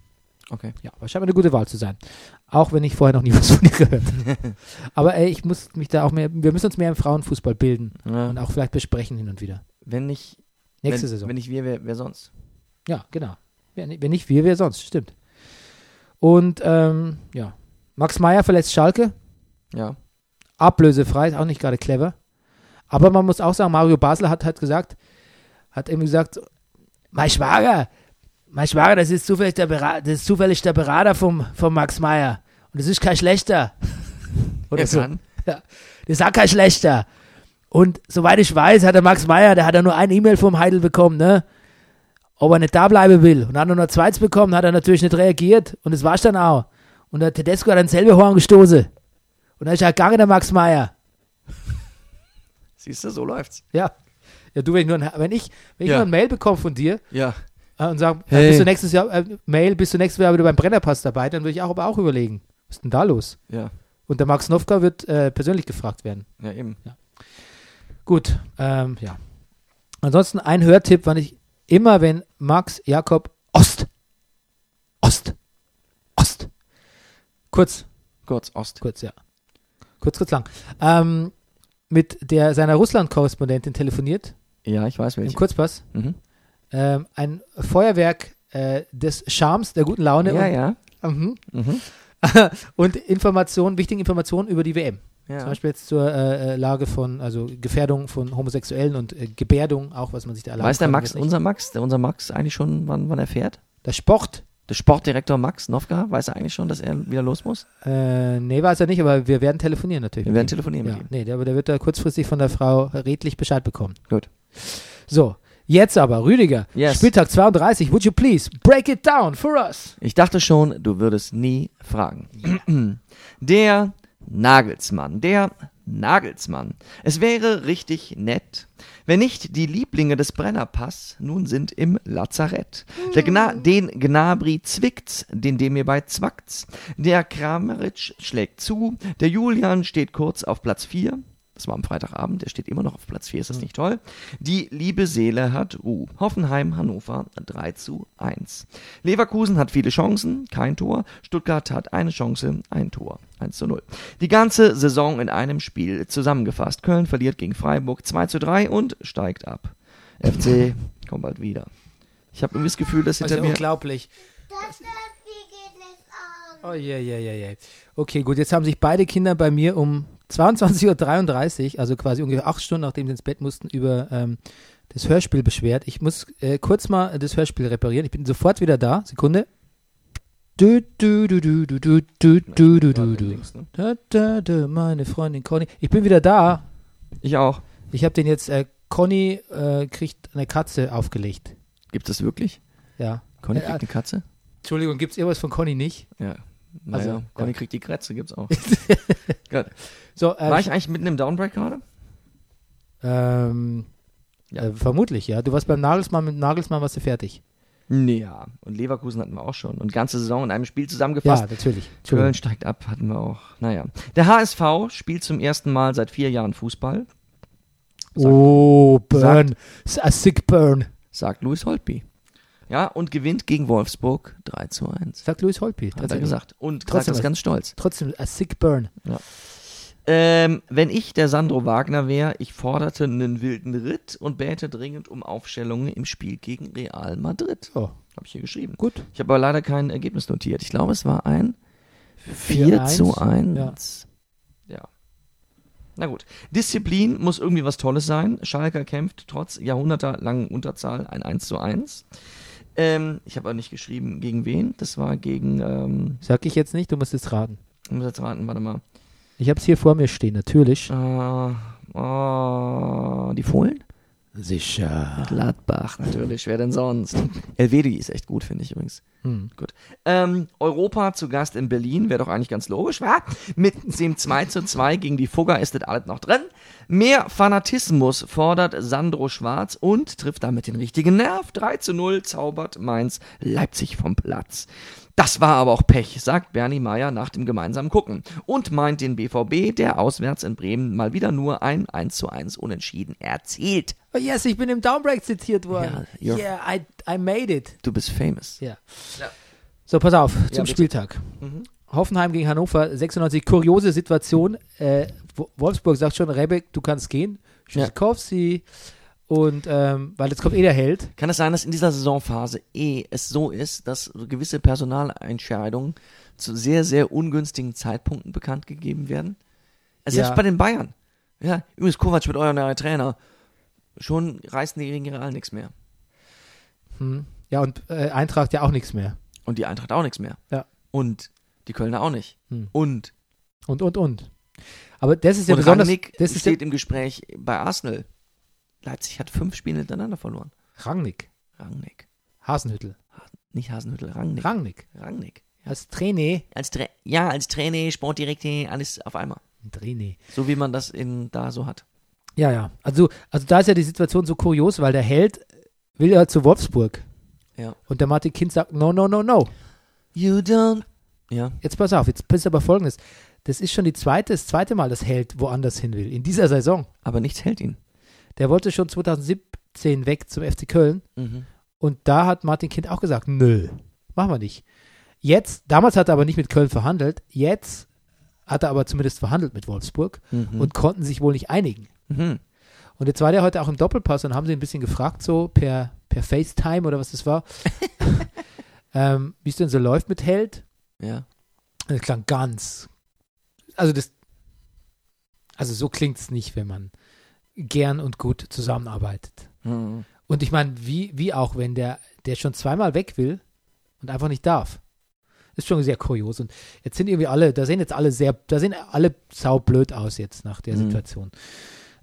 Speaker 2: Okay.
Speaker 1: Ja, aber scheint mir eine gute Wahl zu sein. Auch wenn ich vorher noch nie was von ihr gehört habe. aber ey, ich muss mich da auch mehr, wir müssen uns mehr im Frauenfußball bilden
Speaker 2: Ja.
Speaker 1: und auch vielleicht besprechen hin und wieder.
Speaker 2: Wenn nicht,
Speaker 1: Nächste
Speaker 2: wenn,
Speaker 1: Saison.
Speaker 2: Wenn nicht wir, wer, wer sonst?
Speaker 1: Ja, genau. Wer, ni- wenn nicht wir, wer sonst? Stimmt. Und ähm, ja, Max Meyer verlässt Schalke.
Speaker 2: Ja.
Speaker 1: Ablösefrei, ist auch nicht gerade clever. Aber man muss auch sagen, Mario Basler hat halt gesagt, hat irgendwie gesagt, mein Schwager, mein Schwager, das ist zufällig der, Bera das ist zufällig der Berater vom, vom Max Meyer. Und das ist kein schlechter. Oder
Speaker 2: Ja,
Speaker 1: so.
Speaker 2: kann.
Speaker 1: Das ist auch kein schlechter. Und soweit ich weiß, hat der Max Meyer, der hat ja nur ein E-Mail vom Heidel bekommen, ne? Ob er nicht da bleiben will. Und hat er nur zweites bekommen, hat er natürlich nicht reagiert. Und das war's dann auch. Und der Tedesco hat dann selber Horn gestoßen. Und dann ist er gegangen, der Max Meyer.
Speaker 2: Siehst du, so läuft's.
Speaker 1: Ja. Ja, du, wenn ich nur ein, wenn ich, wenn ich
Speaker 2: Ja.
Speaker 1: nur ein Mail bekomme von dir
Speaker 2: Ja.
Speaker 1: äh, und sage,
Speaker 2: Hey.
Speaker 1: bist du nächstes Jahr, äh, Mail, bist du nächstes Jahr wieder beim Brennerpass dabei, dann würde ich auch, aber auch überlegen, was ist denn da los?
Speaker 2: Ja.
Speaker 1: Und der Max Nowka wird äh, persönlich gefragt werden.
Speaker 2: Ja, eben.
Speaker 1: Gut, ähm, ja. Ansonsten ein Hörtipp, wann ich immer, wenn Max Jakob Ost, Ost, Ost, kurz,
Speaker 2: Kurz Ost.
Speaker 1: kurz, ja, kurz, kurz lang, ähm, mit der seiner Russland-Korrespondentin telefoniert,
Speaker 2: Ja, ich weiß
Speaker 1: im
Speaker 2: welche.
Speaker 1: Kurzpass,
Speaker 2: Mhm.
Speaker 1: ähm, ein Feuerwerk äh, des Charmes, der guten Laune
Speaker 2: Ja,
Speaker 1: und,
Speaker 2: ja.
Speaker 1: Mhm.
Speaker 2: Mhm.
Speaker 1: und Informationen, wichtigen Informationen über die WM.
Speaker 2: ja.
Speaker 1: Zum Beispiel jetzt zur äh, äh, Lage von, also Gefährdung von Homosexuellen und äh, Gebärdung, auch was man sich da erlaubt.
Speaker 2: Weiß der Max, unser Max, der unser Max eigentlich schon, wann, wann er fährt?
Speaker 1: Der Sport,
Speaker 2: Der Sportdirektor Max Nowka, weiß er eigentlich schon, dass er wieder los muss?
Speaker 1: äh, nee, weiß er nicht, aber wir werden telefonieren natürlich.
Speaker 2: Wir
Speaker 1: mit
Speaker 2: werden
Speaker 1: ihm.
Speaker 2: telefonieren
Speaker 1: ja,
Speaker 2: mit ihm.
Speaker 1: nee, der, aber der wird da kurzfristig von der Frau redlich Bescheid bekommen.
Speaker 2: Gut.
Speaker 1: So, jetzt aber, Rüdiger,
Speaker 2: Yes.
Speaker 1: Spieltag 32, would you please break it down for us?
Speaker 2: Ich dachte schon, du würdest nie fragen. Der Nagelsmann, der Nagelsmann. Es wäre richtig nett, wenn nicht die Lieblinge des Brennerpass nun sind im Lazarett. Der Gna den Gnabri zwickt's, den Demir bei zwackt's. Der Kramaric schlägt zu, der Julian steht kurz auf Platz 4. Das war am Freitagabend, der steht immer noch auf Platz 4, ist das nicht toll? Die liebe Seele hat Ruhe. Hoffenheim, Hannover 3 zu 1. Leverkusen hat viele Chancen, kein Tor. Stuttgart hat eine Chance, ein Tor, 1 zu 0. Die ganze Saison in einem Spiel zusammengefasst. Köln verliert gegen Freiburg 2 zu 3 und steigt ab. FC kommt bald wieder. Ich habe irgendwie das Gefühl, dass
Speaker 1: Das ist
Speaker 2: hinter
Speaker 1: ja
Speaker 2: mir...
Speaker 1: unglaublich.
Speaker 4: Das Derby geht nicht an.
Speaker 1: Oh, je, je, je, je. Okay, gut, jetzt haben sich beide Kinder bei mir um 22.33 Uhr, also quasi ungefähr acht Stunden, nachdem sie ins Bett mussten, über ähm, das Hörspiel beschwert. Ich muss äh, kurz mal das Hörspiel reparieren. Ich bin sofort wieder da. Sekunde. Du, du, du, du, du, du, du, du, du, du, du. Da, da, da, meine Freundin Conny. Ich bin wieder da.
Speaker 2: Ich auch.
Speaker 1: Ich habe den jetzt, äh, Conny äh, kriegt eine Katze aufgelegt.
Speaker 2: Gibt es das wirklich?
Speaker 1: Ja.
Speaker 2: Conny
Speaker 1: Äh,
Speaker 2: kriegt eine Katze?
Speaker 1: Entschuldigung, gibt es irgendwas von Conny nicht?
Speaker 2: Ja.
Speaker 1: Also,
Speaker 2: Also,
Speaker 1: ja.
Speaker 2: Conny kriegt die Kratze, gibt's auch.
Speaker 1: So, äh,
Speaker 2: War ich eigentlich mitten im Downbreak gerade?
Speaker 1: Ähm,
Speaker 2: Ja.
Speaker 1: äh, vermutlich, ja. Du warst beim Nagelsmann, mit Nagelsmann warst du fertig.
Speaker 2: Nee, ja. Und Leverkusen hatten wir auch schon. Und ganze Saison in einem Spiel
Speaker 1: Ja,
Speaker 2: zusammengefasst.
Speaker 1: natürlich. Entschuldigung.
Speaker 2: Köln steigt ab, hatten wir auch. Naja. Der HSV spielt zum ersten Mal seit vier Jahren Fußball,
Speaker 1: Oh, Burn. S- A sick Burn.
Speaker 2: sagt Louis Holtby. Ja, und gewinnt gegen Wolfsburg 3 zu 1.
Speaker 1: Sagt Louis Holtby.
Speaker 2: Hat er
Speaker 1: tatsächlich.
Speaker 2: gesagt. Und sagt
Speaker 1: Trotzdem
Speaker 2: das
Speaker 1: was.
Speaker 2: ganz stolz.
Speaker 1: Trotzdem, a sick Burn.
Speaker 2: Ähm, wenn ich der Sandro Wagner wäre, ich forderte einen wilden Ritt und bäte dringend um Aufstellungen im Spiel gegen Real Madrid.
Speaker 1: Oh,
Speaker 2: Habe ich hier geschrieben.
Speaker 1: gut.
Speaker 2: Ich habe aber leider kein Ergebnis notiert. Ich glaube, es war ein 4,
Speaker 1: 4-1.
Speaker 2: zu 1. Ja. Na gut. Disziplin muss irgendwie was Tolles sein. Schalker kämpft trotz jahrhundertelangen Unterzahl ein 1 zu 1. Ähm, ich habe aber nicht geschrieben, gegen wen. Das war gegen, ähm,
Speaker 1: Sag ich jetzt nicht, du musst es raten.
Speaker 2: ich muss jetzt raten, warte mal.
Speaker 1: Ich hab's hier vor mir stehen, natürlich.
Speaker 2: Äh, oh, die Fohlen?
Speaker 1: Sicher.
Speaker 2: Gladbach, natürlich. Wer denn sonst? Elvedi ist echt gut, finde ich übrigens.
Speaker 1: Hm.
Speaker 2: Gut. Ähm, Europa zu Gast in Berlin wäre doch eigentlich ganz logisch, wa? Mit dem 2 zu 2 gegen die Fugger ist das alles noch drin. Mehr Fanatismus fordert Sandro Schwarz und trifft damit den richtigen Nerv. 3 zu 0 zaubert Mainz Leipzig vom Platz. Das war aber auch Pech, sagt Bernie Meyer nach dem gemeinsamen Gucken und meint den BVB, der auswärts in Bremen mal wieder nur ein 1 zu 1 Unentschieden erzielt.
Speaker 1: Oh yes, ich bin im Downbreak zitiert worden.
Speaker 2: Ja, you're-
Speaker 1: yeah, I, I made it.
Speaker 2: Du bist famous.
Speaker 1: Ja. So, pass auf, zum
Speaker 2: bitte. Mhm.
Speaker 1: Spieltag. Hoffenheim gegen Hannover, 96, kuriose Situation. Äh, Wo- Wolfsburg sagt schon, Rebek, du kannst gehen. Schiskowski. Und, ähm, weil jetzt kommt eh der Held.
Speaker 2: Kann es sein, dass in dieser Saisonphase eh es so ist, dass gewisse Personalentscheidungen zu sehr, sehr ungünstigen Zeitpunkten bekannt gegeben werden? Also
Speaker 1: Ja.
Speaker 2: Selbst bei den Bayern. Ja, übrigens Kovac wird euer neuer Trainer. Schon reißen die gegen Real nichts mehr.
Speaker 1: Ja, und äh, Eintracht ja auch nichts mehr.
Speaker 2: Und die Eintracht auch nichts mehr.
Speaker 1: Ja.
Speaker 2: Und die Kölner auch nicht.
Speaker 1: Hm.
Speaker 2: Und,
Speaker 1: Und, und, und. Aber das ist ja
Speaker 2: und
Speaker 1: besonders.
Speaker 2: Rangnick
Speaker 1: das ist ja,
Speaker 2: steht im Gespräch bei Arsenal. Leipzig hat fünf Spiele hintereinander verloren.
Speaker 1: Rangnick.
Speaker 2: Rangnick.
Speaker 1: Hasenhüttel.
Speaker 2: Nicht Hasenhüttel, Rangnick.
Speaker 1: Rangnick.
Speaker 2: Rangnick.
Speaker 1: Als Trainee.
Speaker 2: Als Tra ja, als Trainer, Sportdirektor, alles auf einmal.
Speaker 1: Trainee.
Speaker 2: So wie man das in da so hat.
Speaker 1: Ja, ja. Also, also da ist ja die Situation so kurios, weil der Held will ja zu Wolfsburg.
Speaker 2: Ja.
Speaker 1: Und der Martin Kind sagt, no, no, no, no.
Speaker 2: You don't. Ja.
Speaker 1: Jetzt pass auf, jetzt ist aber folgendes. Das ist schon die zweite, das zweite Mal, dass Held woanders hin will, in dieser Saison.
Speaker 2: Aber nichts hält ihn.
Speaker 1: Der wollte schon 2017 weg zum FC Köln.
Speaker 2: Mhm.
Speaker 1: Und da hat Martin Kind auch gesagt, nö, machen wir nicht. Jetzt, damals hat er aber nicht mit Köln verhandelt, jetzt hat er aber zumindest verhandelt mit Wolfsburg
Speaker 2: Mhm.
Speaker 1: und konnten sich wohl nicht einigen.
Speaker 2: Mhm.
Speaker 1: Und jetzt war der heute auch im Doppelpass und haben sie ein bisschen gefragt, so per, per FaceTime oder was das war, ähm, wie es denn so läuft mit Held.
Speaker 2: Ja.
Speaker 1: Und Das klang ganz. Also das. Also so klingt es nicht, wenn man gern und gut zusammenarbeitet.
Speaker 2: Mhm.
Speaker 1: Und ich meine, wie, wie auch, wenn der, der schon zweimal weg will und einfach nicht darf. Ist schon sehr kurios. Und jetzt sind irgendwie alle, da sehen jetzt alle sehr, da sehen alle saublöd aus jetzt nach der
Speaker 2: Mhm.
Speaker 1: Situation.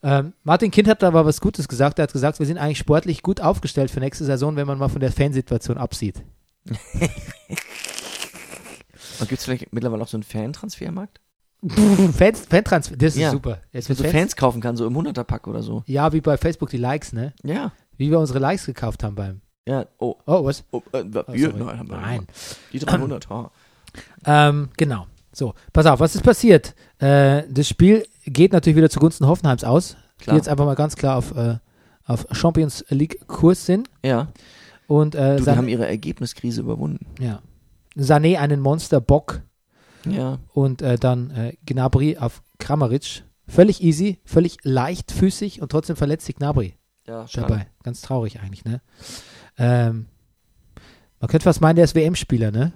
Speaker 1: Ähm, Martin Kind hat aber was Gutes gesagt. Er hat gesagt, wir sind eigentlich sportlich gut aufgestellt für nächste Saison, wenn man mal von der Fansituation absieht.
Speaker 2: Und gibt es vielleicht mittlerweile auch so einen Fantransfermarkt?
Speaker 1: Fans, Fantransfer, das ist
Speaker 2: Ja.
Speaker 1: super. Jetzt
Speaker 2: Dass man so
Speaker 1: mit
Speaker 2: Fans kaufen kann, so im 100er-Pack oder so.
Speaker 1: Ja, wie bei Facebook die Likes, ne?
Speaker 2: Ja.
Speaker 1: Wie wir unsere Likes gekauft haben beim.
Speaker 2: Ja. Oh.
Speaker 1: Oh, was?
Speaker 2: oh äh,
Speaker 1: Oh,
Speaker 2: wir,
Speaker 1: sorry.
Speaker 2: nein, haben wir
Speaker 1: Nein.
Speaker 2: nicht gemacht. Die 300. ha.
Speaker 1: Ähm, genau. So, pass auf, was ist passiert? Äh, das Spiel geht natürlich wieder zugunsten Hoffenheims aus,
Speaker 2: Klar.
Speaker 1: die jetzt einfach mal ganz klar auf, äh, auf Champions League Kurs sind.
Speaker 2: Ja.
Speaker 1: Und äh,
Speaker 2: Du, die
Speaker 1: San-
Speaker 2: haben ihre Ergebniskrise überwunden.
Speaker 1: ja. Sané einen Monsterbock
Speaker 2: Ja.
Speaker 1: und äh, dann äh, Gnabry auf Kramaric. Völlig easy, völlig leichtfüßig und trotzdem verletzt sich Gnabry.
Speaker 2: Ja,
Speaker 1: dabei. Ganz traurig eigentlich, ne? Ähm, man könnte fast meinen, der ist WM-Spieler, ne?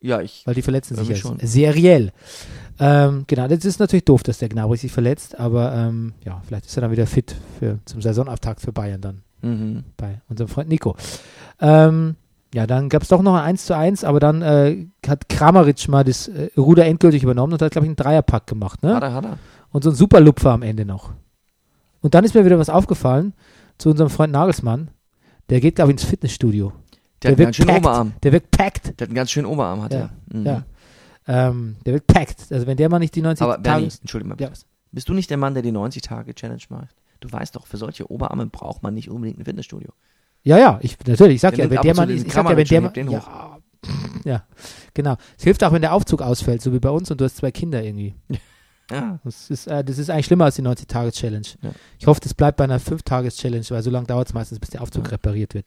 Speaker 2: Ja, ich.
Speaker 1: Weil die verletzen sich
Speaker 2: Irgendwie
Speaker 1: jetzt.
Speaker 2: schon.
Speaker 1: Seriell. Ähm, genau, das ist natürlich doof, dass der Gnabry sich verletzt, aber ähm, ja, vielleicht ist er dann wieder fit für, zum Saisonauftakt für Bayern dann
Speaker 2: Mhm.
Speaker 1: bei unserem Freund Nico. Ähm, ja, dann gab es doch noch ein 1 zu 1, aber dann äh, hat Kramaric mal das äh, Ruder endgültig übernommen und hat, glaube ich, einen Dreierpack gemacht, ne?
Speaker 2: Hat er, hat er.
Speaker 1: Und so ein Superlupfer am Ende noch. Und dann ist mir wieder was aufgefallen zu unserem Freund Nagelsmann. Der geht, glaube ich, ins Fitnessstudio.
Speaker 2: Der, hat einen ganz schönen
Speaker 1: packt.
Speaker 2: Oberarm.
Speaker 1: Der wird packt.
Speaker 2: Der hat einen ganz schönen Oberarm, hat
Speaker 1: Ja,
Speaker 2: er. Mhm.
Speaker 1: ja. Ähm, der wird packt. Also wenn der mal nicht die 90
Speaker 2: Aber Bernie,
Speaker 1: Tage...
Speaker 2: entschuldige mal bitte.
Speaker 1: Ja,
Speaker 2: Bist du nicht der Mann, der die 90-Tage-Challenge macht? Du weißt doch, für solche Oberarme braucht man nicht unbedingt ein Fitnessstudio.
Speaker 1: ja, ja, ich, natürlich. Ich sag
Speaker 2: Der
Speaker 1: ja,
Speaker 2: nimmt
Speaker 1: wenn
Speaker 2: ab
Speaker 1: der
Speaker 2: und zu
Speaker 1: mal...
Speaker 2: diesen
Speaker 1: Ich sag ja, wenn der
Speaker 2: Kramaric
Speaker 1: mal...
Speaker 2: und hebt
Speaker 1: Ja, ja, genau. Es hilft auch, wenn der Aufzug ausfällt, so wie bei uns und du hast zwei Kinder irgendwie.
Speaker 2: Ja.
Speaker 1: Das ist, äh, das ist eigentlich schlimmer als die 90-Tage-Challenge.
Speaker 2: Ja.
Speaker 1: Ich hoffe, das bleibt bei einer 5-Tages-Challenge, weil so lange dauert es meistens, bis der Aufzug repariert wird.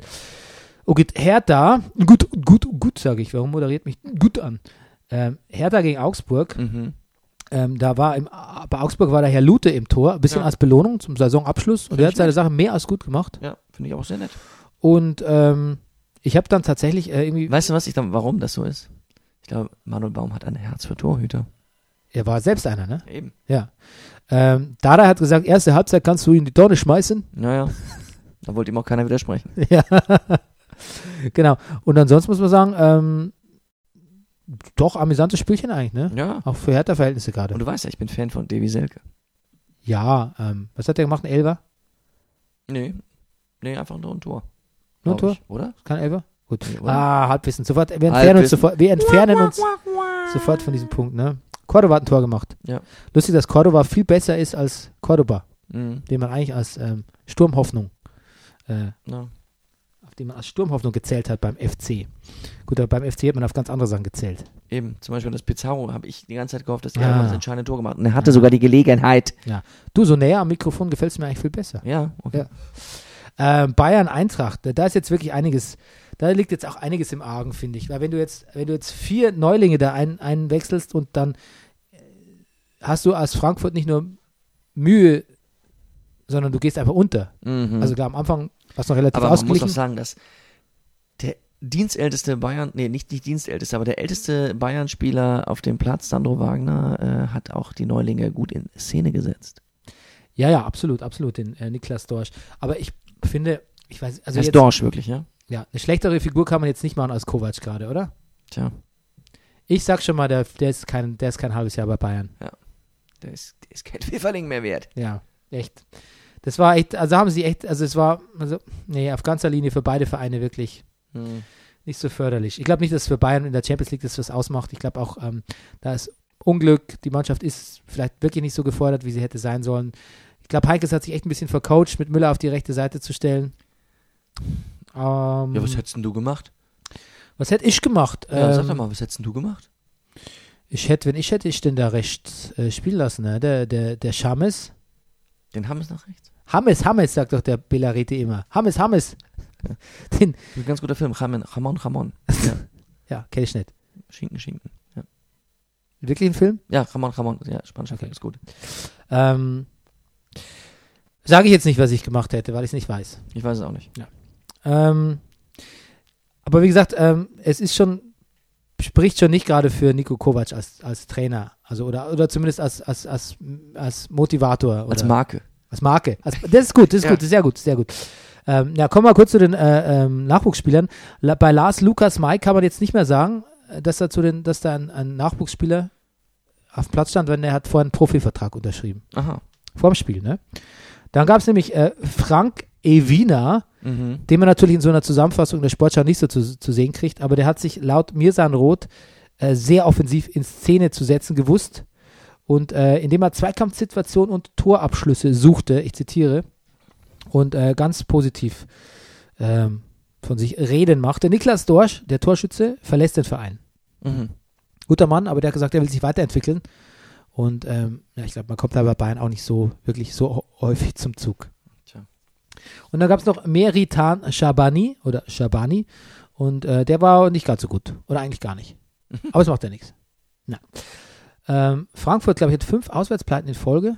Speaker 1: Okay, Hertha, gut, gut, gut, sage ich. Warum moderiert mich gut an? Ähm, Hertha gegen Augsburg.
Speaker 2: Mhm.
Speaker 1: Ähm, da war im, bei Augsburg war der Herr Lute im Tor, ein bisschen als Belohnung zum Saisonabschluss. Und er hat seine Sache mehr als gut gemacht.
Speaker 2: Ja, finde ich auch sehr nett.
Speaker 1: Und ähm, ich habe dann tatsächlich äh, irgendwie,
Speaker 2: Weißt du, was ich dann, warum das so ist? Ich glaube, Manuel Baum hat ein Herz für Torhüter.
Speaker 1: er war selbst einer, ne?
Speaker 2: Eben.
Speaker 1: Ja. Ähm, Dada hat gesagt, erste Halbzeit kannst du ihn in die Tonne schmeißen.
Speaker 2: Naja. Da wollte ihm auch keiner widersprechen.
Speaker 1: Ja, genau. Und ansonsten muss man sagen, ähm, doch amüsantes Spielchen eigentlich, ne?
Speaker 2: Ja.
Speaker 1: Auch für Hertha-Verhältnisse gerade.
Speaker 2: Und du weißt ja, ich bin Fan von Davy Selke.
Speaker 1: Ja, ähm, was hat der gemacht? Ein Elfer?
Speaker 2: Nee. Nee, einfach nur ein Tor.
Speaker 1: Nur ein
Speaker 2: glaub
Speaker 1: Tor?
Speaker 2: ich, Oder?
Speaker 1: Kein Elfer? Gut.
Speaker 2: Nee, oder?
Speaker 1: Ah, Halbwissen. Sofort, wir entfernen uns
Speaker 2: Halbwissen.
Speaker 1: sofort, wir entfernen uns sofort von diesem Punkt, ne? Cordoba hat ein Tor gemacht.
Speaker 2: Ja.
Speaker 1: Lustig, dass Cordoba viel besser ist als Cordoba,
Speaker 2: Mhm.
Speaker 1: den man eigentlich als ähm, Sturmhoffnung, äh,
Speaker 2: Ja.
Speaker 1: auf den man als Sturmhoffnung gezählt hat beim FC. Gut, aber beim FC hat man auf ganz andere Sachen gezählt.
Speaker 2: Eben. Zum Beispiel das Pizarro habe ich die ganze Zeit gehofft, dass
Speaker 1: Ja.
Speaker 2: er mal das entscheidende Tor gemacht hat. Und er hatte sogar die Gelegenheit.
Speaker 1: Du, so näher am Mikrofon gefällt es mir eigentlich viel besser.
Speaker 2: Ja. Okay.
Speaker 1: Ja. Ähm, Bayern Eintracht, da ist jetzt wirklich einiges, da liegt jetzt auch einiges im Argen, finde ich. Weil wenn du jetzt, wenn du jetzt vier Neulinge da ein, einwechselst und dann äh, hast du als Frankfurt nicht nur Mühe, sondern du gehst einfach unter.
Speaker 2: Mhm.
Speaker 1: Also klar, am Anfang war es noch relativ
Speaker 2: Aber man muss
Speaker 1: ausgeglichen.
Speaker 2: auch sagen, dass der dienstälteste Bayern, nee, nicht, nicht dienstälteste, aber der älteste Bayern-Spieler auf dem Platz, Sandro Wagner, äh, hat auch die Neulinge gut in Szene gesetzt.
Speaker 1: ja, ja, absolut, absolut, den äh, Niklas Dorsch. Aber ich finde, ich weiß, also
Speaker 2: das
Speaker 1: jetzt,
Speaker 2: ist Dorsch wirklich, ja?
Speaker 1: ja, eine schlechtere Figur kann man jetzt nicht machen als Kovac gerade, oder?
Speaker 2: Tja,
Speaker 1: Ich sag schon mal, der, der, ist kein, der ist kein halbes Jahr bei Bayern.
Speaker 2: der ist, der ist kein Pfifferling mehr wert.
Speaker 1: Ja, echt. Das war echt, also haben sie echt, also es war, also, nee, auf ganzer Linie für beide Vereine wirklich
Speaker 2: Hm.
Speaker 1: nicht so förderlich. Ich glaube nicht, dass für Bayern in der Champions League das was ausmacht. Ich glaube auch, ähm, da ist Unglück, die Mannschaft ist vielleicht wirklich nicht so gefordert, wie sie hätte sein sollen. Ich glaube, Heikes hat sich echt ein bisschen vercoacht, mit Müller auf die rechte Seite zu stellen. Ähm,
Speaker 2: Ja, was hättest denn du gemacht?
Speaker 1: was hätte ich gemacht?
Speaker 2: Ja, sag
Speaker 1: Ähm,
Speaker 2: doch mal, was hättest denn du gemacht?
Speaker 1: Ich hätte, wenn ich hätte, ich den da rechts äh, spielen lassen, ne? Der, der, der Chames.
Speaker 2: Den haben es nach rechts.
Speaker 1: Hammes, Hammes, sagt doch der Bellariti immer. Hammes, Hammes. Den,
Speaker 2: Ein ganz guter Film. Ramon, Ramon, Ramon.
Speaker 1: ja, kenn ich nicht.
Speaker 2: Schinken, Schinken. Ja,
Speaker 1: Wirklich ein Film?
Speaker 2: ja Ramon, Ramon. Ja, spanischer
Speaker 1: Okay.
Speaker 2: Film ist gut.
Speaker 1: Ähm, Sage ich jetzt nicht, was ich gemacht hätte, weil ich es nicht weiß.
Speaker 2: Ich weiß es auch nicht.
Speaker 1: Ähm, aber wie gesagt, ähm, es ist schon, spricht schon nicht gerade für Nico Kovac als, als Trainer. Also, oder, oder zumindest als, als, als, als Motivator. Oder
Speaker 2: Als Marke.
Speaker 1: als Marke. Als, das ist gut, das ist
Speaker 2: Ja.
Speaker 1: gut, das ist sehr gut, sehr gut. Ähm, ja, kommen wir kurz zu den äh, ähm, Nachwuchsspielern. La, bei Lars Lukas Mai kann man jetzt nicht mehr sagen, äh, dass, er zu den, dass da ein, ein Nachwuchsspieler auf dem Platz stand, wenn er hat vorher einen Profivertrag unterschrieben.
Speaker 2: Aha.
Speaker 1: Vorm Spiel, ne? Dann gab es nämlich äh, Frank Evina,
Speaker 2: Mhm.
Speaker 1: den man natürlich in so einer Zusammenfassung der Sportschau nicht so zu, zu sehen kriegt, aber der hat sich laut Mirsan Roth äh, sehr offensiv in Szene zu setzen gewusst und äh, indem er Zweikampfsituationen und Torabschlüsse suchte, ich zitiere, und äh, ganz positiv ähm, von sich reden machte. Niklas Dorsch, der Torschütze, verlässt den Verein.
Speaker 2: Mhm.
Speaker 1: Guter Mann, aber der hat gesagt, er will sich weiterentwickeln und ähm, ja, ich glaube, man kommt da bei Bayern auch nicht so wirklich so häufig zum Zug.
Speaker 2: Tja.
Speaker 1: Und dann gab es noch Meritan Shabani oder Shabani. Und äh, der war nicht ganz so gut. Oder eigentlich gar nicht. Aber es macht ja nichts. Na. Ähm, Frankfurt, glaube ich, hat fünf Auswärtspleiten in Folge.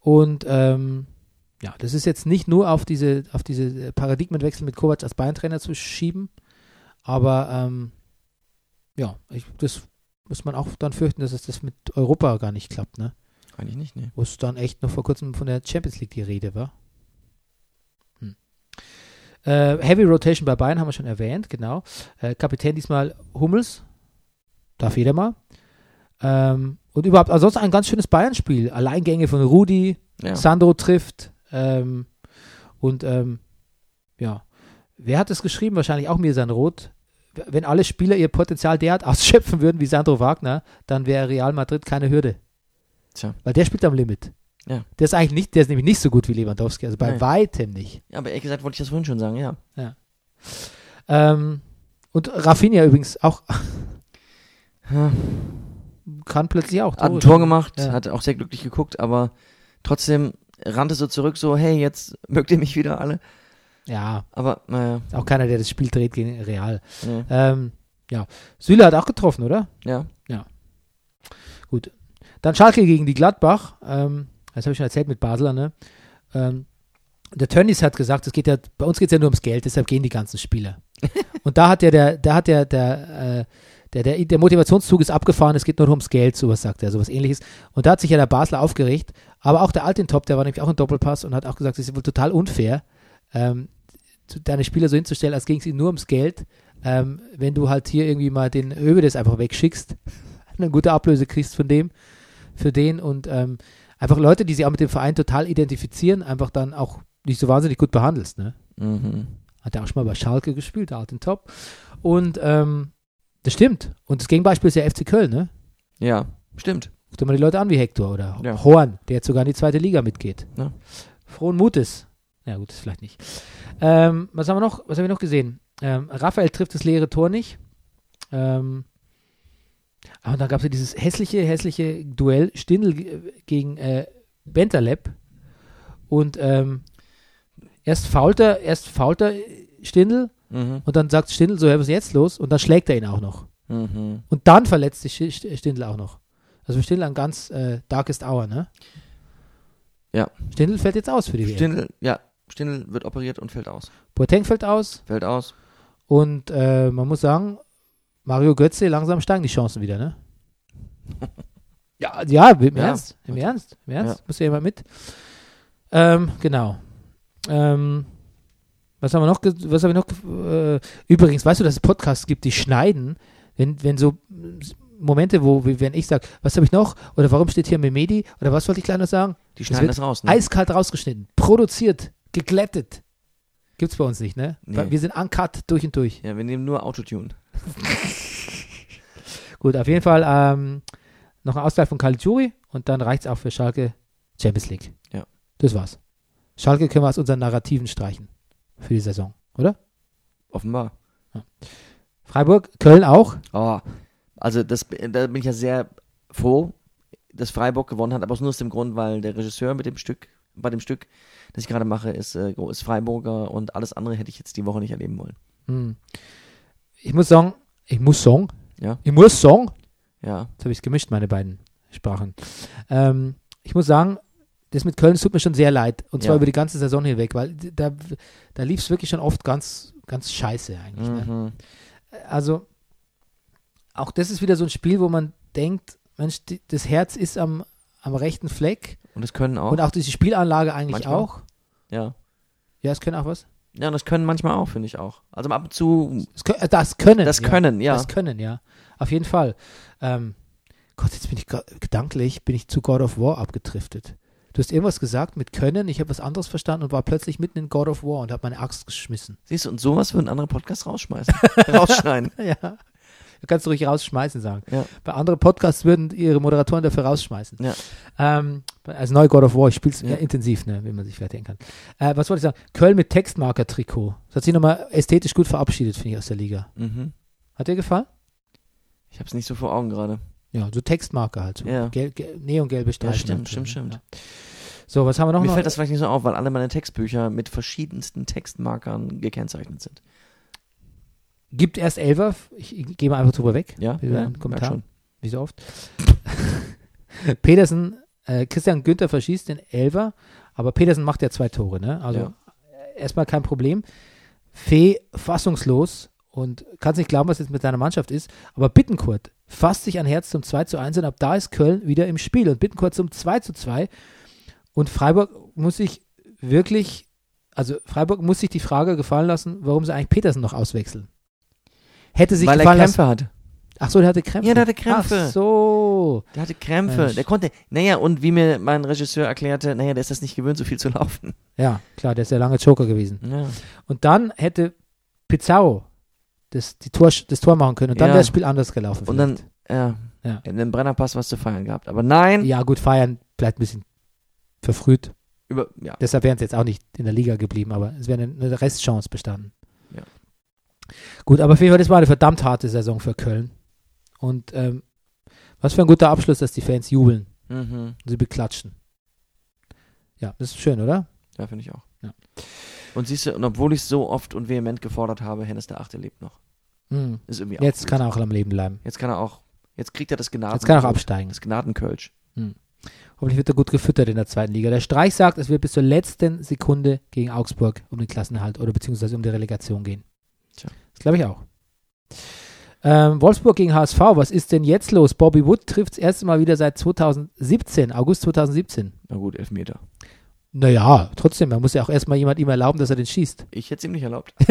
Speaker 1: Und ähm, ja, das ist jetzt nicht nur auf diese, auf diese äh, Paradigmenwechsel mit Kovac als Bayern-Trainer zu schieben. Aber ähm, ja, ich, das muss man auch dann fürchten, dass es das mit Europa gar nicht klappt, ne?
Speaker 2: Eigentlich nicht, ne.
Speaker 1: Wo es dann echt noch vor kurzem von der Champions League die Rede war. Hm. Äh, Heavy Rotation bei Bayern haben wir schon erwähnt, genau. Äh, Kapitän diesmal Hummels. Darf jeder mal. Ähm, und überhaupt, ansonsten ein ganz schönes Bayern-Spiel. Alleingänge von Rudi,
Speaker 2: Ja.
Speaker 1: Sandro trifft. Ähm, und ähm, ja, wer hat es geschrieben? Wahrscheinlich auch mir Roth. Wenn alle Spieler ihr Potenzial derart ausschöpfen würden wie Sandro Wagner, dann wäre Real Madrid keine Hürde.
Speaker 2: Tja.
Speaker 1: Weil der spielt am Limit.
Speaker 2: Ja.
Speaker 1: Der ist eigentlich nicht, der ist nämlich nicht so gut wie Lewandowski, also bei
Speaker 2: Nein.
Speaker 1: weitem nicht.
Speaker 2: ja, aber ehrlich gesagt wollte ich das vorhin schon sagen, ja.
Speaker 1: Ähm, und Rafinha übrigens auch
Speaker 2: Ja.
Speaker 1: kann plötzlich auch.
Speaker 2: Hat
Speaker 1: Tore
Speaker 2: ein Tor
Speaker 1: schießen.
Speaker 2: gemacht,
Speaker 1: Ja.
Speaker 2: hat auch sehr glücklich geguckt, aber trotzdem rannte so zurück, so, hey, jetzt mögt ihr mich wieder alle.
Speaker 1: Ja,
Speaker 2: Aber, naja,
Speaker 1: auch keiner, der das Spiel dreht gegen Real.
Speaker 2: nee,
Speaker 1: Ähm, ja, Süle hat auch getroffen, oder?
Speaker 2: ja.
Speaker 1: Dann Schalke gegen die Gladbach. Ähm, das habe ich schon erzählt mit Basler, ne? Ähm, der Tönnies hat gesagt, es geht ja, bei uns geht es ja nur ums Geld, deshalb gehen die ganzen Spieler. Und da hat ja der, da hat ja der, äh, der, der, der Motivationszug ist abgefahren, es geht nur noch ums Geld, sowas sagt er, sowas ähnliches. Und da hat sich ja der Basler aufgeregt, aber auch der Altintop, der war nämlich auch im Doppelpass und hat auch gesagt, es ist wohl total unfair, ähm, zu- deine Spieler so hinzustellen, als ging es ihnen nur ums Geld. Ähm, wenn du halt hier irgendwie mal den Öbedes einfach wegschickst, eine gute Ablöse kriegst von dem, für den und ähm, einfach Leute, die sich auch mit dem Verein total identifizieren, einfach dann auch nicht so wahnsinnig gut behandelst, ne?
Speaker 2: Mhm.
Speaker 1: Hat er auch schon mal bei Schalke gespielt, der hat den Top. Und ähm, das stimmt. Und das Gegenbeispiel ist ja FC Köln, ne?
Speaker 2: Ja, stimmt.
Speaker 1: Guck dir mal die Leute an wie Hector oder
Speaker 2: Ja.
Speaker 1: Horn, der jetzt sogar in die zweite Liga mitgeht.
Speaker 2: Ja.
Speaker 1: Frohen Mutes. Ja gut, vielleicht nicht. Ähm, was haben wir noch? Was haben wir noch gesehen? Ähm, Raphael trifft das leere Tor nicht. Ähm, aber dann gab es ja dieses hässliche, hässliche Duell Stindl g- gegen äh, Bentaleb. Und ähm, erst fault er, erst fault er Stindl
Speaker 2: Mhm.
Speaker 1: und dann sagt Stindl so, hey, was ist denn jetzt los? Und dann schlägt er ihn auch noch.
Speaker 2: Mhm.
Speaker 1: Und dann verletzt sich Sch- Sch- Stindl auch noch. Also für Stindl ein ganz äh, darkest hour, ne?
Speaker 2: Ja.
Speaker 1: Stindl fällt jetzt aus für die WM.
Speaker 2: Stindl, ja, Stindl wird operiert und fällt aus.
Speaker 1: Boateng fällt aus
Speaker 2: Fällt aus.
Speaker 1: und äh, man muss sagen, Mario Götze langsam steigen die Chancen wieder, ne? ja, ja, im
Speaker 2: Ja.
Speaker 1: Ernst, im Ernst, im Ernst, muss ja immer mit. Ähm, genau. Ähm, was haben wir noch? ge- Was haben wir noch? ge- Äh, übrigens, weißt du, dass es Podcasts gibt, die schneiden, wenn, wenn so äh, Momente, wo, wie wenn ich sage, was habe ich noch? Oder warum steht hier Memedi? Oder was wollte ich gleich noch sagen?
Speaker 2: Die
Speaker 1: Das
Speaker 2: schneiden
Speaker 1: wird
Speaker 2: das, raus, ne?
Speaker 1: Eiskalt rausgeschnitten, produziert, geglättet. Gibt's bei uns nicht, ne?
Speaker 2: Nee.
Speaker 1: Weil Wir sind uncut durch und durch.
Speaker 2: Ja, wir nehmen nur Autotune.
Speaker 1: Gut, auf jeden Fall ähm, noch ein Ausgleich von Caligiuri und dann reicht's auch für Schalke Champions League.
Speaker 2: Ja.
Speaker 1: Das war's. Schalke können wir aus unseren Narrativen streichen für die Saison, oder?
Speaker 2: Offenbar.
Speaker 1: Freiburg, Köln auch.
Speaker 2: Oh, also das, da bin ich ja sehr froh, dass Freiburg gewonnen hat, aber aus nur aus dem Grund, weil der Regisseur mit dem Stück bei dem Stück, das ich gerade mache, ist, äh, ist Freiburger und alles andere hätte ich jetzt die Woche nicht erleben wollen.
Speaker 1: Hm. Ich muss sagen, ich muss sagen,
Speaker 2: Ja.
Speaker 1: ich muss sagen,
Speaker 2: Ja.
Speaker 1: jetzt habe ich es gemischt, meine beiden Sprachen. Ähm, ich muss sagen, das mit Köln es tut mir schon sehr leid. Und zwar
Speaker 2: Ja.
Speaker 1: über die ganze Saison hinweg, weil da, da lief es wirklich schon oft ganz, ganz scheiße eigentlich. Ne?
Speaker 2: Mhm.
Speaker 1: also auch das ist wieder so ein Spiel, wo man denkt, Mensch, die, das Herz ist am, am rechten Fleck
Speaker 2: Und das können auch.
Speaker 1: und auch diese Spielanlage eigentlich
Speaker 2: Oh. Manchmal.
Speaker 1: auch.
Speaker 2: ja.
Speaker 1: Ja, es können auch was.
Speaker 2: Ja, und das können manchmal auch, finde ich auch. Also ab und zu,
Speaker 1: Es kö- äh, das können.
Speaker 2: das
Speaker 1: ja.
Speaker 2: können, ja.
Speaker 1: Das können, ja. Auf jeden Fall. Ähm, Gott, jetzt bin ich gra- gedanklich, bin ich zu God of War abgetriftet. Du hast irgendwas gesagt mit können, ich habe was anderes verstanden und war plötzlich mitten in God of War und habe meine Axt geschmissen.
Speaker 2: Siehst du, und sowas würden andere Podcasts rausschmeißen. Rausschneiden.
Speaker 1: Ja. Du kannst ruhig rausschmeißen sagen.
Speaker 2: Ja.
Speaker 1: Bei anderen Podcasts würden ihre Moderatoren dafür rausschmeißen.
Speaker 2: Ja.
Speaker 1: Ähm, als neu God of War, ich spiele es
Speaker 2: Ja.
Speaker 1: intensiv, ne, wie man sich vielleicht denken kann. Äh, was wollte ich sagen? Köln mit Textmarker-Trikot. Das hat sich nochmal ästhetisch gut verabschiedet, finde ich, aus der Liga.
Speaker 2: Mhm.
Speaker 1: Hat dir gefallen?
Speaker 2: Ich hab's nicht so vor Augen gerade.
Speaker 1: Ja, so Textmarker halt. So
Speaker 2: Ja.
Speaker 1: gel gel neongelbe Streifen.
Speaker 2: stimmt,
Speaker 1: halt drin,
Speaker 2: stimmt, stimmt.
Speaker 1: Ja. So, was haben wir noch?
Speaker 2: Mir
Speaker 1: noch?
Speaker 2: fällt das vielleicht nicht so auf, weil alle meine Textbücher mit verschiedensten Textmarkern gekennzeichnet sind.
Speaker 1: Gibt erst Elfer. Ich, ich gehe mal einfach drüber weg.
Speaker 2: Ja,
Speaker 1: Wie
Speaker 2: ja,
Speaker 1: ein
Speaker 2: merk
Speaker 1: Kommentar.
Speaker 2: schon.
Speaker 1: Wie so oft. Petersen, äh, Christian Günther verschießt den Elfer, aber Petersen macht ja zwei Tore, ne? Also
Speaker 2: Ja.
Speaker 1: äh, erstmal kein Problem. Fee fassungslos und kannst nicht glauben, was jetzt mit seiner Mannschaft ist. Aber Bittenkurt fasst sich ein Herz zum 2 zu 1 und ab da ist Köln wieder im Spiel und Bittenkurt zum 2 zu 2. Und Freiburg muss sich wirklich, also Freiburg muss sich die Frage gefallen lassen, warum sie eigentlich Petersen noch auswechseln. Hätte sich
Speaker 2: Weil er
Speaker 1: gefallen lassen.
Speaker 2: Krämpfe hat.
Speaker 1: Ach so, der hatte Krämpfe.
Speaker 2: Ja, der hatte Krämpfe.
Speaker 1: Ach so.
Speaker 2: Der hatte Krämpfe.
Speaker 1: Mensch.
Speaker 2: Der konnte. Naja, und wie mir mein Regisseur erklärte, naja, der ist das nicht gewöhnt, so viel zu laufen.
Speaker 1: Ja, klar, der ist ja lange Joker gewesen.
Speaker 2: Ja.
Speaker 1: Und dann hätte Pizarro das, die Tor, das Tor machen können und dann
Speaker 2: Ja.
Speaker 1: wäre das Spiel anders gelaufen.
Speaker 2: Und dann,
Speaker 1: vielleicht.
Speaker 2: ja,
Speaker 1: Ja.
Speaker 2: in dem Brennerpass was zu feiern gehabt. Aber nein,
Speaker 1: Ja, gut, feiern bleibt ein bisschen verfrüht.
Speaker 2: über, ja.
Speaker 1: Deshalb wären sie jetzt auch nicht in der Liga geblieben, aber es wäre eine, eine Restchance bestanden.
Speaker 2: Ja.
Speaker 1: Gut, aber auf jeden Fall, das war eine verdammt harte Saison für Köln. Und ähm, was für ein guter Abschluss, dass die Fans jubeln
Speaker 2: Mhm.
Speaker 1: und sie beklatschen. Ja, das ist schön, oder?
Speaker 2: Ja, finde ich auch.
Speaker 1: Ja.
Speaker 2: Und siehst du, und obwohl ich so oft und vehement gefordert habe, Hennes der Achte lebt noch.
Speaker 1: Mhm.
Speaker 2: Ist irgendwie auch
Speaker 1: Jetzt
Speaker 2: gut.
Speaker 1: kann er auch am Leben bleiben.
Speaker 2: Jetzt kann er auch. Jetzt kriegt er das Gnaden.
Speaker 1: Jetzt kann er auch absteigen.
Speaker 2: Das Gnadenkölsch.
Speaker 1: Hoffentlich wird er gut gefüttert in der zweiten Liga. Der Streich sagt, es wird bis zur letzten Sekunde gegen Augsburg um den Klassenerhalt oder beziehungsweise um die Relegation gehen.
Speaker 2: Tja.
Speaker 1: Das glaube ich auch. Ähm, Wolfsburg gegen HSV, was ist denn jetzt los? Bobby Wood trifft das erste Mal wieder seit 2017, August 2017.
Speaker 2: Na gut, Elfmeter.
Speaker 1: Naja, trotzdem, man muss ja auch erstmal jemand ihm erlauben, dass er den schießt.
Speaker 2: Ich hätte es ihm nicht erlaubt.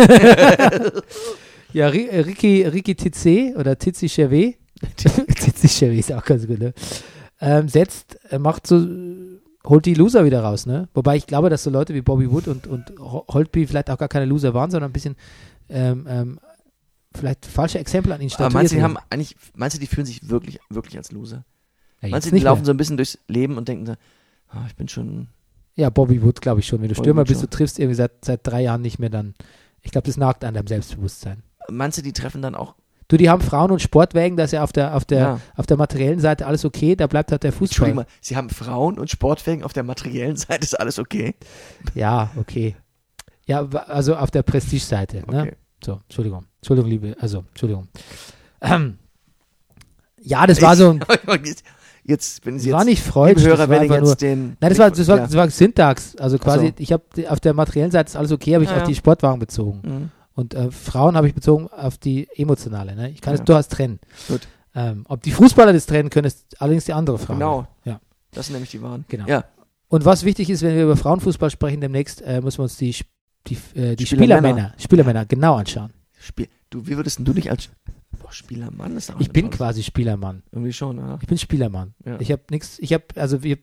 Speaker 1: Ja, Ri- äh, Ricky, Ricky Tizé oder Tizi Chervé, Tizi Chervé ist auch ganz gut, ne? Ähm, setzt, äh, macht so, äh, holt die Loser wieder raus, ne? Wobei ich glaube, dass so Leute wie Bobby Wood und, und Ho- Holtby vielleicht auch gar keine Loser waren, sondern ein bisschen ähm, ähm, vielleicht falsche Exempel an ihnen
Speaker 2: Aber
Speaker 1: statuiert
Speaker 2: meinst du, die
Speaker 1: wurden.
Speaker 2: haben eigentlich, meinst du, die fühlen sich wirklich, wirklich als Loser?
Speaker 1: ja, jetzt
Speaker 2: meinst du, die
Speaker 1: nicht
Speaker 2: laufen
Speaker 1: mehr.
Speaker 2: so ein bisschen durchs Leben und denken so, ah, ich bin schon.
Speaker 1: ja, Bobby Wood glaube ich schon. Wenn du
Speaker 2: Bobby
Speaker 1: Stürmer
Speaker 2: Wood
Speaker 1: bist, du
Speaker 2: schon.
Speaker 1: triffst irgendwie seit, seit drei Jahren nicht mehr, dann ich glaube, das nagt an deinem Selbstbewusstsein.
Speaker 2: Meinst du, die treffen dann auch
Speaker 1: Du, die haben Frauen und Sportwägen, da ist ja auf der, auf der,
Speaker 2: Ja.
Speaker 1: auf der materiellen Seite alles okay, da bleibt halt der Fußball.
Speaker 2: Entschuldigung mal, Sie haben Frauen und Sportwagen auf der materiellen Seite, ist alles okay?
Speaker 1: Ja, okay. Ja, wa- also auf der Prestige-Seite. Ne?
Speaker 2: Okay.
Speaker 1: So, Entschuldigung. Entschuldigung, liebe, also, Entschuldigung. Ähm, ja, das war so ein,
Speaker 2: jetzt, wenn Sie
Speaker 1: war
Speaker 2: jetzt
Speaker 1: nicht Freud,
Speaker 2: liebe
Speaker 1: das war
Speaker 2: Hörer, wenn ihr
Speaker 1: einfach
Speaker 2: jetzt
Speaker 1: nur,
Speaker 2: den...
Speaker 1: nein, das war, das war, das war Syntax, also quasi,
Speaker 2: so.
Speaker 1: ich habe auf der materiellen Seite ist alles okay, habe ich
Speaker 2: Ja,
Speaker 1: auf
Speaker 2: ja.
Speaker 1: die Sportwagen bezogen.
Speaker 2: Mhm.
Speaker 1: Und äh, Frauen habe ich bezogen auf die emotionale. Ne? Ich kann es
Speaker 2: Ja.
Speaker 1: durchaus trennen.
Speaker 2: Gut.
Speaker 1: Ähm, ob die Fußballer das trennen können, ist allerdings die andere Frage.
Speaker 2: Genau.
Speaker 1: Ja.
Speaker 2: Das sind nämlich die Waren.
Speaker 1: Genau.
Speaker 2: Ja,
Speaker 1: Und was wichtig ist, wenn wir über Frauenfußball sprechen, demnächst äh, müssen wir uns die, Sp- die, äh, die
Speaker 2: Spielermänner.
Speaker 1: Spielermänner, Spielermänner genau anschauen.
Speaker 2: Spiel, du, wie würdest denn du dich als... Boah, Spielermann ist auch
Speaker 1: Ich
Speaker 2: eine
Speaker 1: bin
Speaker 2: tolle-
Speaker 1: quasi Spielermann.
Speaker 2: Irgendwie schon, oder?
Speaker 1: Ich bin Spielermann.
Speaker 2: Ja.
Speaker 1: Ich habe nichts, ich habe, also ich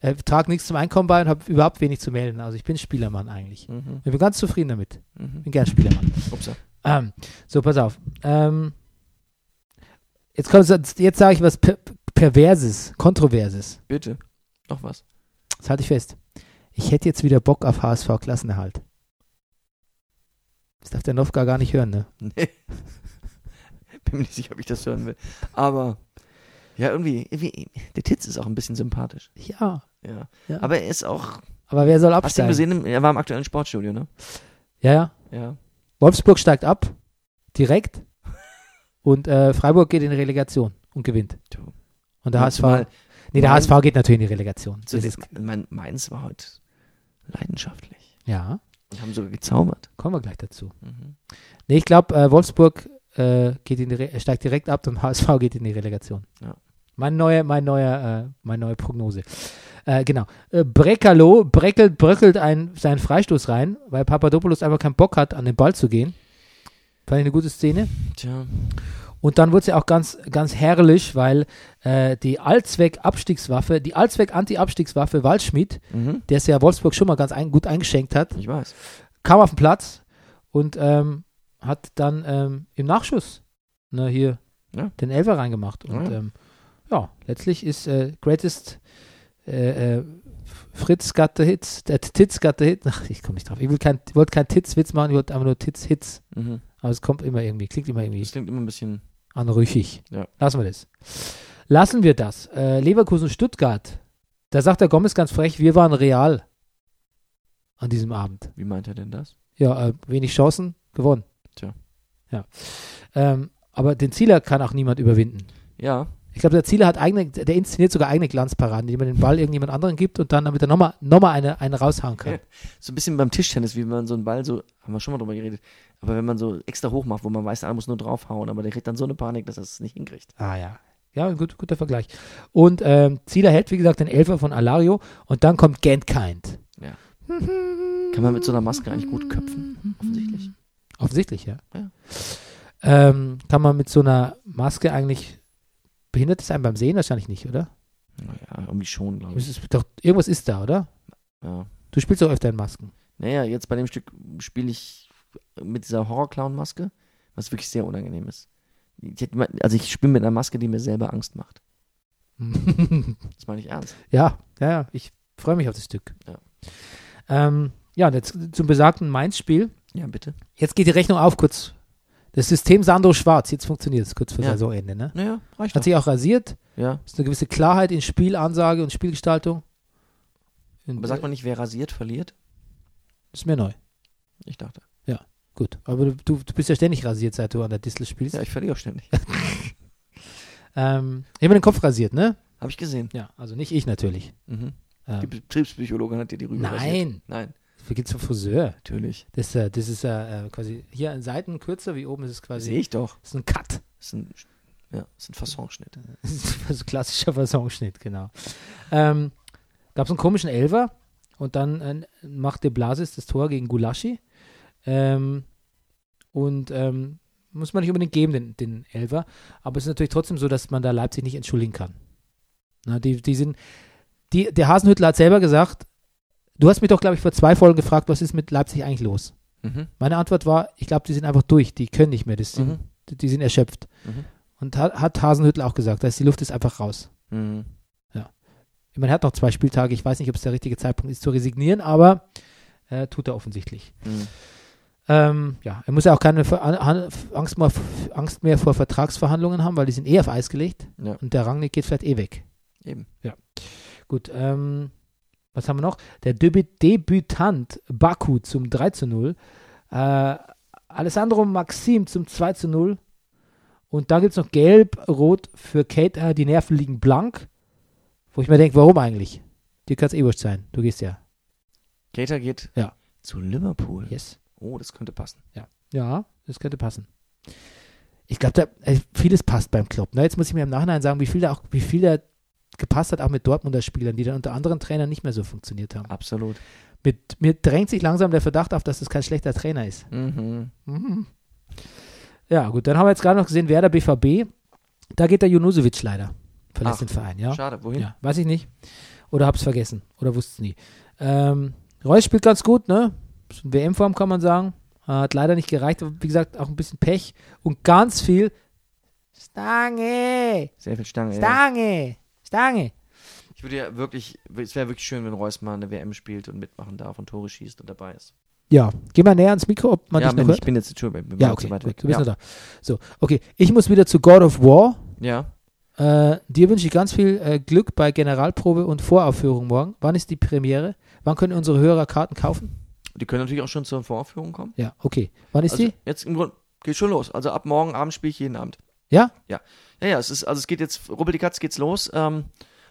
Speaker 1: äh, trage nichts zum Einkommen bei und habe überhaupt wenig zu melden. Also ich bin Spielermann eigentlich.
Speaker 2: Mhm,
Speaker 1: Ich bin ganz zufrieden damit.
Speaker 2: mhm.
Speaker 1: Bin gern Spielermann.
Speaker 2: Upsa.
Speaker 1: Ähm, so, pass auf. Ähm, jetzt kommt, jetzt sage ich was per Perverses, Kontroverses.
Speaker 2: Bitte. Noch was.
Speaker 1: Das halte ich halt fest. Ich hätte jetzt wieder Bock auf HSV-Klassenerhalt. Das darf der Novka gar nicht hören, ne?
Speaker 2: Nee. Bin mir nicht sicher, ob ich das hören will. Aber, ja, irgendwie, irgendwie der Titz ist auch ein bisschen sympathisch.
Speaker 1: Ja.
Speaker 2: Ja.
Speaker 1: Ja.
Speaker 2: Aber er ist auch,
Speaker 1: Aber wer soll
Speaker 2: Hast du ihn
Speaker 1: absteigen?
Speaker 2: gesehen? Er war im aktuellen Sportstudio, ne?
Speaker 1: Ja, ja.
Speaker 2: Ja.
Speaker 1: Wolfsburg steigt ab, direkt. Und äh, Freiburg geht in die Relegation und gewinnt.
Speaker 2: Du.
Speaker 1: Und der HSV.
Speaker 2: Manchmal-
Speaker 1: Nee, der
Speaker 2: Nein.
Speaker 1: HSV geht natürlich in die Relegation.
Speaker 2: Zu
Speaker 1: Das
Speaker 2: dem,
Speaker 1: ist,
Speaker 2: mein, meins war heute leidenschaftlich.
Speaker 1: ja,
Speaker 2: Und haben sogar gezaubert.
Speaker 1: kommen wir gleich dazu.
Speaker 2: Mhm.
Speaker 1: Nee, ich glaube, äh, Wolfsburg äh, geht in die Re steigt direkt ab und HSV geht in die Relegation.
Speaker 2: Ja.
Speaker 1: Mein neuer, mein neuer, äh, meine neue Prognose. Äh, genau. Äh, Brekalo breckelt, bröckelt ein, seinen Freistoß rein, weil Papadopoulos einfach keinen Bock hat, an den Ball zu gehen. Fand ich eine gute Szene.
Speaker 2: Tja.
Speaker 1: Und dann wurde es ja auch ganz, ganz herrlich, weil äh, die Allzweck-Abstiegswaffe, die Allzweck-Anti-Abstiegswaffe Waldschmidt,
Speaker 2: Mhm.
Speaker 1: der es ja Wolfsburg schon mal ganz ein, gut eingeschenkt hat,
Speaker 2: Ich weiß.
Speaker 1: kam auf den Platz und ähm, hat dann ähm, im Nachschuss ne, hier
Speaker 2: Ja.
Speaker 1: den Elfer reingemacht. Und
Speaker 2: Ja.
Speaker 1: ja, ähm, ja letztlich ist äh, Greatest äh, äh, Fritz got the Hits, der Titz got the Hits. Ach, ich komme nicht drauf. Ich will kein, wollte keinen Titz-Witz machen, ich wollte einfach nur Titz-Hits.
Speaker 2: Mhm.
Speaker 1: Aber es kommt immer irgendwie, klingt immer irgendwie
Speaker 2: Das klingt immer ein bisschen.
Speaker 1: anrüchig.
Speaker 2: Ja.
Speaker 1: Lassen wir das. Lassen wir das. Äh, Leverkusen-Stuttgart. Da sagt der Gomez ganz frech, wir waren real an diesem Abend.
Speaker 2: Wie meint er denn das?
Speaker 1: Ja, äh, wenig Chancen, gewonnen.
Speaker 2: Tja.
Speaker 1: Ja. Ähm, aber den Zieler kann auch niemand überwinden.
Speaker 2: Ja.
Speaker 1: Ich glaube, der Zieler hat eigene, der inszeniert sogar eigene Glanzparaden, indem er den Ball irgendjemand anderen gibt und dann damit er nochmal noch mal eine, eine raushauen kann.
Speaker 2: Ja. So ein bisschen beim Tischtennis, wie man so einen Ball so, haben wir schon mal drüber geredet, aber wenn man so extra hoch macht, wo man weiß, der andere muss nur draufhauen, aber der kriegt dann so eine Panik, dass er es nicht hinkriegt.
Speaker 1: Ah ja. Ja, ein gut, guter Vergleich. Und ähm, Zieler hält, wie gesagt, den Elfer von Alario und dann kommt Gentkind.
Speaker 2: Ja. Kann man mit so einer Maske eigentlich gut köpfen, offensichtlich.
Speaker 1: Offensichtlich, ja.
Speaker 2: Ja.
Speaker 1: Ähm, kann man mit so einer Maske eigentlich behindert es einen beim Sehen wahrscheinlich nicht, oder?
Speaker 2: Naja, irgendwie schon, glaube
Speaker 1: Es
Speaker 2: ich.
Speaker 1: ist doch, irgendwas ist da, oder?
Speaker 2: Ja.
Speaker 1: Du spielst doch öfter in Masken.
Speaker 2: Naja, jetzt bei dem Stück spiele ich mit dieser Horror-Clown-Maske, was wirklich sehr unangenehm ist. Ich hätte mal- also ich spiele mit einer Maske, die mir selber Angst macht. Das meine ich ernst.
Speaker 1: Ja, ja, ja. Ich freue mich auf das Stück.
Speaker 2: Ja.
Speaker 1: ähm, ja und jetzt zum besagten Mainz-Spiel.
Speaker 2: Ja, bitte.
Speaker 1: Jetzt geht die Rechnung auf, kurz. Das System Sandro Schwarz, jetzt funktioniert es kurz vor
Speaker 2: Ja.
Speaker 1: Saisonende. Ne?
Speaker 2: Naja, reicht
Speaker 1: Hat
Speaker 2: doch.
Speaker 1: sich auch rasiert.
Speaker 2: Ja.
Speaker 1: Ist eine gewisse Klarheit in Spielansage und Spielgestaltung. Und,
Speaker 2: Aber sagt man nicht, wer rasiert, verliert?
Speaker 1: äh, ist mir neu.
Speaker 2: Ich dachte.
Speaker 1: Gut. Aber du, du bist ja ständig rasiert, seit du an der Distel spielst.
Speaker 2: Ja, ich verliere auch ständig.
Speaker 1: Ähm, immer den Kopf rasiert, ne?
Speaker 2: Habe ich gesehen.
Speaker 1: Ja, also nicht ich natürlich.
Speaker 2: Mhm. Die
Speaker 1: Ähm,
Speaker 2: Betriebspsychologin hat dir die Rübe rasiert.
Speaker 1: nein,
Speaker 2: Nein,
Speaker 1: wir gehen zum Friseur.
Speaker 2: natürlich.
Speaker 1: Das, äh, das ist äh, äh, quasi hier an Seiten kürzer, wie oben ist es
Speaker 2: Sehe
Speaker 1: quasi.
Speaker 2: ich doch.
Speaker 1: Das ist ein Cut.
Speaker 2: Ist ein, ja, ist ein Fassonschnitt.
Speaker 1: Das ist also klassischer Versorgungsschnitt, genau. Ähm, Gab es einen komischen Elfer und dann äh, macht De Blasis das Tor gegen Gulaschi. Ähm, und ähm, muss man nicht unbedingt geben, den, den Elfer. Aber es ist natürlich trotzdem so, dass man da Leipzig nicht entschuldigen kann. Na, die, die sind, die, der Hasenhüttler hat selber gesagt, du hast mich doch, glaube ich, vor zwei Folgen gefragt, was ist mit Leipzig eigentlich los?
Speaker 2: Mhm.
Speaker 1: Meine Antwort war, ich glaube, die sind einfach durch, die können nicht mehr, das sind,
Speaker 2: Mhm.
Speaker 1: die, die sind erschöpft.
Speaker 2: Mhm.
Speaker 1: Und hat, hat Hasenhüttl auch gesagt, dass die Luft ist einfach raus.
Speaker 2: Mhm.
Speaker 1: Ich meine, er hat noch zwei Spieltage, ich weiß nicht, ob es der richtige Zeitpunkt ist zu resignieren, aber äh, tut er offensichtlich.
Speaker 2: Mhm.
Speaker 1: Ähm, ja, er muss ja auch keine Ver An- An- Angst, mehr, Angst mehr vor Vertragsverhandlungen haben, weil die sind eh auf Eis gelegt
Speaker 2: Ja.
Speaker 1: und der Rangnick geht vielleicht eh weg.
Speaker 2: Eben.
Speaker 1: Gut, ähm, was haben wir noch? Der Debü- Debütant Baku zum 3 zu 0. Äh, Alessandro Maxim zum 2 zu 0. Und dann gibt es noch Gelb-Rot für Kate. Äh, die Nerven liegen blank. Wo ich mir denke, warum eigentlich? Dir kann es eh wurscht sein. Du gehst ja.
Speaker 2: Kater geht
Speaker 1: Ja.
Speaker 2: zu Liverpool.
Speaker 1: Yes.
Speaker 2: Oh, das könnte passen.
Speaker 1: Ja, das könnte passen. Ich glaube, äh, vieles passt beim Club. Ne? Jetzt muss ich mir im Nachhinein sagen, wie viel da auch, wie viel da gepasst hat, auch mit Dortmunder Spielern, die dann unter anderen Trainern nicht mehr so funktioniert haben.
Speaker 2: Absolut.
Speaker 1: Mit, mir drängt sich langsam der Verdacht auf, dass das kein schlechter Trainer ist.
Speaker 2: Mhm.
Speaker 1: Ja, gut, dann haben wir jetzt gerade noch gesehen, Werder BVB. Da geht der Junusovic leider. Verlässt
Speaker 2: Ach,
Speaker 1: den Verein, ja.
Speaker 2: Schade, wohin?
Speaker 1: ja. Hm? Weiß ich nicht. Oder hab's vergessen. Oder wusste nie. Ähm, Reus spielt ganz gut, ne? Ist in WM-Form, kann man sagen. Hat leider nicht gereicht. aber Wie gesagt, auch ein bisschen Pech. Und ganz viel Stange!
Speaker 2: Sehr viel Stange. Ja.
Speaker 1: Stange! Stange!
Speaker 2: Ich würde ja wirklich, es wäre wirklich schön, wenn Reus mal eine WM spielt und mitmachen darf und Tore schießt und dabei ist.
Speaker 1: Ja, geh mal näher ans Mikro, ob man
Speaker 2: ja,
Speaker 1: dich noch
Speaker 2: Mensch, ich
Speaker 1: hört.
Speaker 2: bin jetzt, Entschuldigung, ich bin
Speaker 1: Ja,
Speaker 2: mir zu
Speaker 1: okay,
Speaker 2: weit
Speaker 1: gut,
Speaker 2: weg.
Speaker 1: du bist
Speaker 2: ja.
Speaker 1: noch da. So, okay, ich muss wieder zu God of War.
Speaker 2: ja,
Speaker 1: Äh, dir wünsche ich ganz viel äh, Glück bei Generalprobe und Voraufführung morgen. Wann ist die Premiere? Wann können unsere Hörer Karten kaufen?
Speaker 2: Die können natürlich auch schon zur Voraufführung kommen.
Speaker 1: Ja, okay. Wann ist
Speaker 2: Also
Speaker 1: die?
Speaker 2: jetzt im Grunde geht schon los. Also ab morgen Abend spiele ich jeden Abend.
Speaker 1: Ja?
Speaker 2: Ja. Ja, ja, es ist, also es geht jetzt, Rubbel die Katz geht's los. Ähm,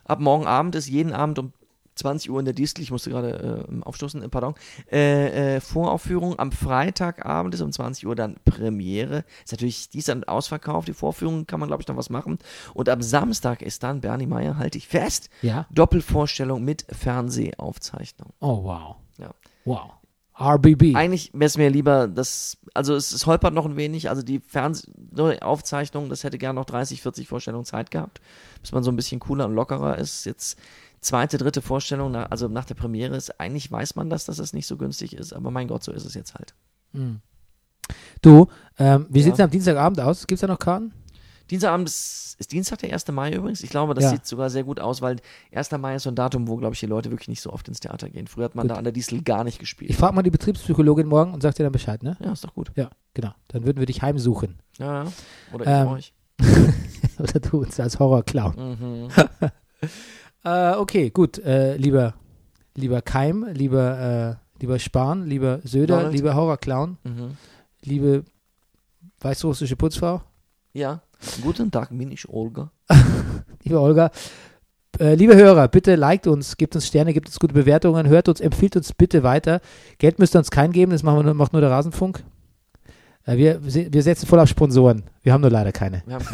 Speaker 2: ab morgen Abend ist jeden Abend um 20 Uhr in der Distel, ich musste gerade äh, aufstoßen, äh, pardon, äh, äh, Voraufführung. Am Freitagabend ist um 20 Uhr dann Premiere. Ist natürlich, die ist dann ausverkauft, die Vorführung kann man, glaube ich, noch was machen. Und am Samstag ist dann Bernie Meyer, halte ich fest,
Speaker 1: Ja.
Speaker 2: Doppelvorstellung mit Fernsehaufzeichnung.
Speaker 1: Oh, wow.
Speaker 2: Ja.
Speaker 1: Wow. RBB.
Speaker 2: Eigentlich wäre es mir lieber, dass, also es, es holpert noch ein wenig, also die Fernsehaufzeichnung, das hätte gern noch 30, 40 Vorstellungen Zeit gehabt, bis man so ein bisschen cooler und lockerer ist. Jetzt zweite, dritte Vorstellung, na- also nach der Premiere ist, eigentlich weiß man das, dass das nicht so günstig ist, aber mein Gott, so ist es jetzt halt.
Speaker 1: Du, ähm, wie
Speaker 2: Ja.
Speaker 1: sieht es am Dienstagabend aus? Gibt es da noch Karten?
Speaker 2: Dienstagabend ist, ist Dienstag, der 1. Mai übrigens. Ich glaube, das
Speaker 1: Ja.
Speaker 2: sieht sogar sehr gut aus, weil 1. Mai ist so ein Datum, wo, glaube ich, die Leute wirklich nicht so oft ins Theater gehen. Früher hat man
Speaker 1: Gut.
Speaker 2: da an der Diesel gar nicht gespielt.
Speaker 1: Ich frage mal die Betriebspsychologin morgen und sag dir dann Bescheid, ne?
Speaker 2: ja, ist doch gut.
Speaker 1: Ja, genau. Dann würden wir dich heimsuchen.
Speaker 2: Ja, ja. Oder
Speaker 1: Ähm,
Speaker 2: ich euch.
Speaker 1: Oder du uns als Horrorclown.
Speaker 2: Mhm.
Speaker 1: Äh, okay, gut. Äh, lieber, lieber Keim, lieber, äh, lieber Spahn, lieber Söder,
Speaker 2: Donald.
Speaker 1: lieber Horrorclown,
Speaker 2: Mhm.
Speaker 1: liebe weißrussische Putzfrau,
Speaker 2: Ja, guten Tag, bin ich Olga.
Speaker 1: liebe Olga. Äh, liebe Hörer, bitte liked uns, gebt uns Sterne, gebt uns gute Bewertungen, hört uns, empfiehlt uns bitte weiter. Geld müsst ihr uns kein geben, das machen wir nur, macht nur der Rasenfunk. Äh, wir, wir setzen voll auf Sponsoren. Wir haben nur leider keine.
Speaker 2: Wir haben,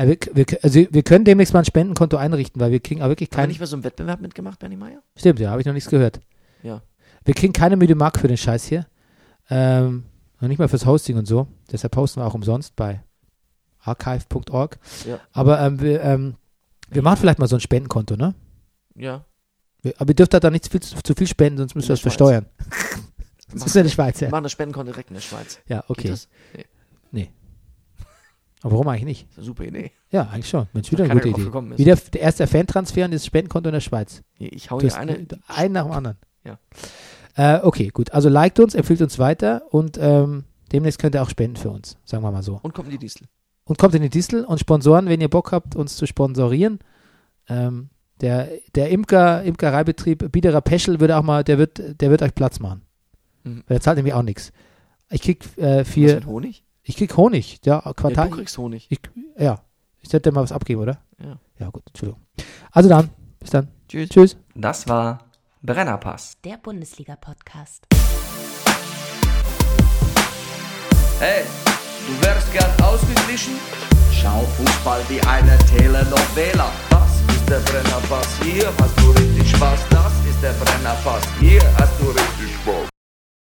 Speaker 1: Äh, wir, wir, also wir können demnächst mal ein Spendenkonto einrichten, weil wir kriegen aber wirklich
Speaker 2: haben wir
Speaker 1: keinen.
Speaker 2: nicht mehr so einen Wettbewerb mitgemacht, Bernie Meyer?
Speaker 1: Stimmt, ja, habe ich noch nichts gehört.
Speaker 2: Ja.
Speaker 1: Wir kriegen keine müde Mark für den Scheiß hier. Ähm, und nicht mal fürs Hosting und so. Deshalb posten wir auch umsonst bei archive.org.
Speaker 2: Ja.
Speaker 1: Aber ähm, wir, ähm, wir machen vielleicht mal so ein Spendenkonto, ne?
Speaker 2: Ja.
Speaker 1: Wir, aber ihr dürft halt da nicht zu viel, zu viel spenden, sonst müsst ihr
Speaker 2: der
Speaker 1: das versteuern. Das ist ja in der Schweiz,
Speaker 2: Wir
Speaker 1: ja.
Speaker 2: machen das Spendenkonto direkt in der Schweiz.
Speaker 1: Ja,
Speaker 2: Geht
Speaker 1: okay.
Speaker 2: das?
Speaker 1: Aber warum eigentlich nicht?
Speaker 2: Das ist eine super Idee.
Speaker 1: Ja, eigentlich schon. Mensch, wieder eine
Speaker 2: Keiner
Speaker 1: gute
Speaker 2: drauf
Speaker 1: Idee.
Speaker 2: gekommen ist.
Speaker 1: Wieder der erste Fantransfer und das Spendenkonto in der Schweiz.
Speaker 2: Ich hau
Speaker 1: Du
Speaker 2: hier
Speaker 1: hast
Speaker 2: eine.
Speaker 1: einen nach dem anderen.
Speaker 2: Ja.
Speaker 1: Äh, okay, gut. Also liked uns, empfiehlt uns weiter und ähm, demnächst könnt ihr auch spenden für uns, sagen wir mal so.
Speaker 2: Und kommt in die Distel.
Speaker 1: Und kommt in die Distel und Sponsoren, wenn ihr Bock habt, uns zu sponsorieren. Ähm, der, der Imker, Imkereibetrieb Biederer Peschel würde auch mal, der wird, der wird euch Platz machen.
Speaker 2: Mhm.
Speaker 1: Weil der zahlt nämlich auch nichts. Ich krieg äh,
Speaker 2: Was
Speaker 1: vier,
Speaker 2: mit Honig?
Speaker 1: ich krieg Honig, ja,
Speaker 2: Ja,
Speaker 1: Quartal.
Speaker 2: du kriegst Honig.
Speaker 1: ich, ja. ich hätte mal was abgeben, oder?
Speaker 2: Ja.
Speaker 1: Ja, gut, Entschuldigung. Also dann, bis dann.
Speaker 2: Tschüss.
Speaker 1: Tschüss.
Speaker 3: Das war Brennerpass.
Speaker 7: Der Bundesliga-Podcast.
Speaker 5: Hey, du wärst gern ausgeglichen? Schau Fußball wie eine Telenovela. Das ist der Brennerpass, hier hast du richtig Spaß. Das ist der Brennerpass, hier hast du richtig Spaß.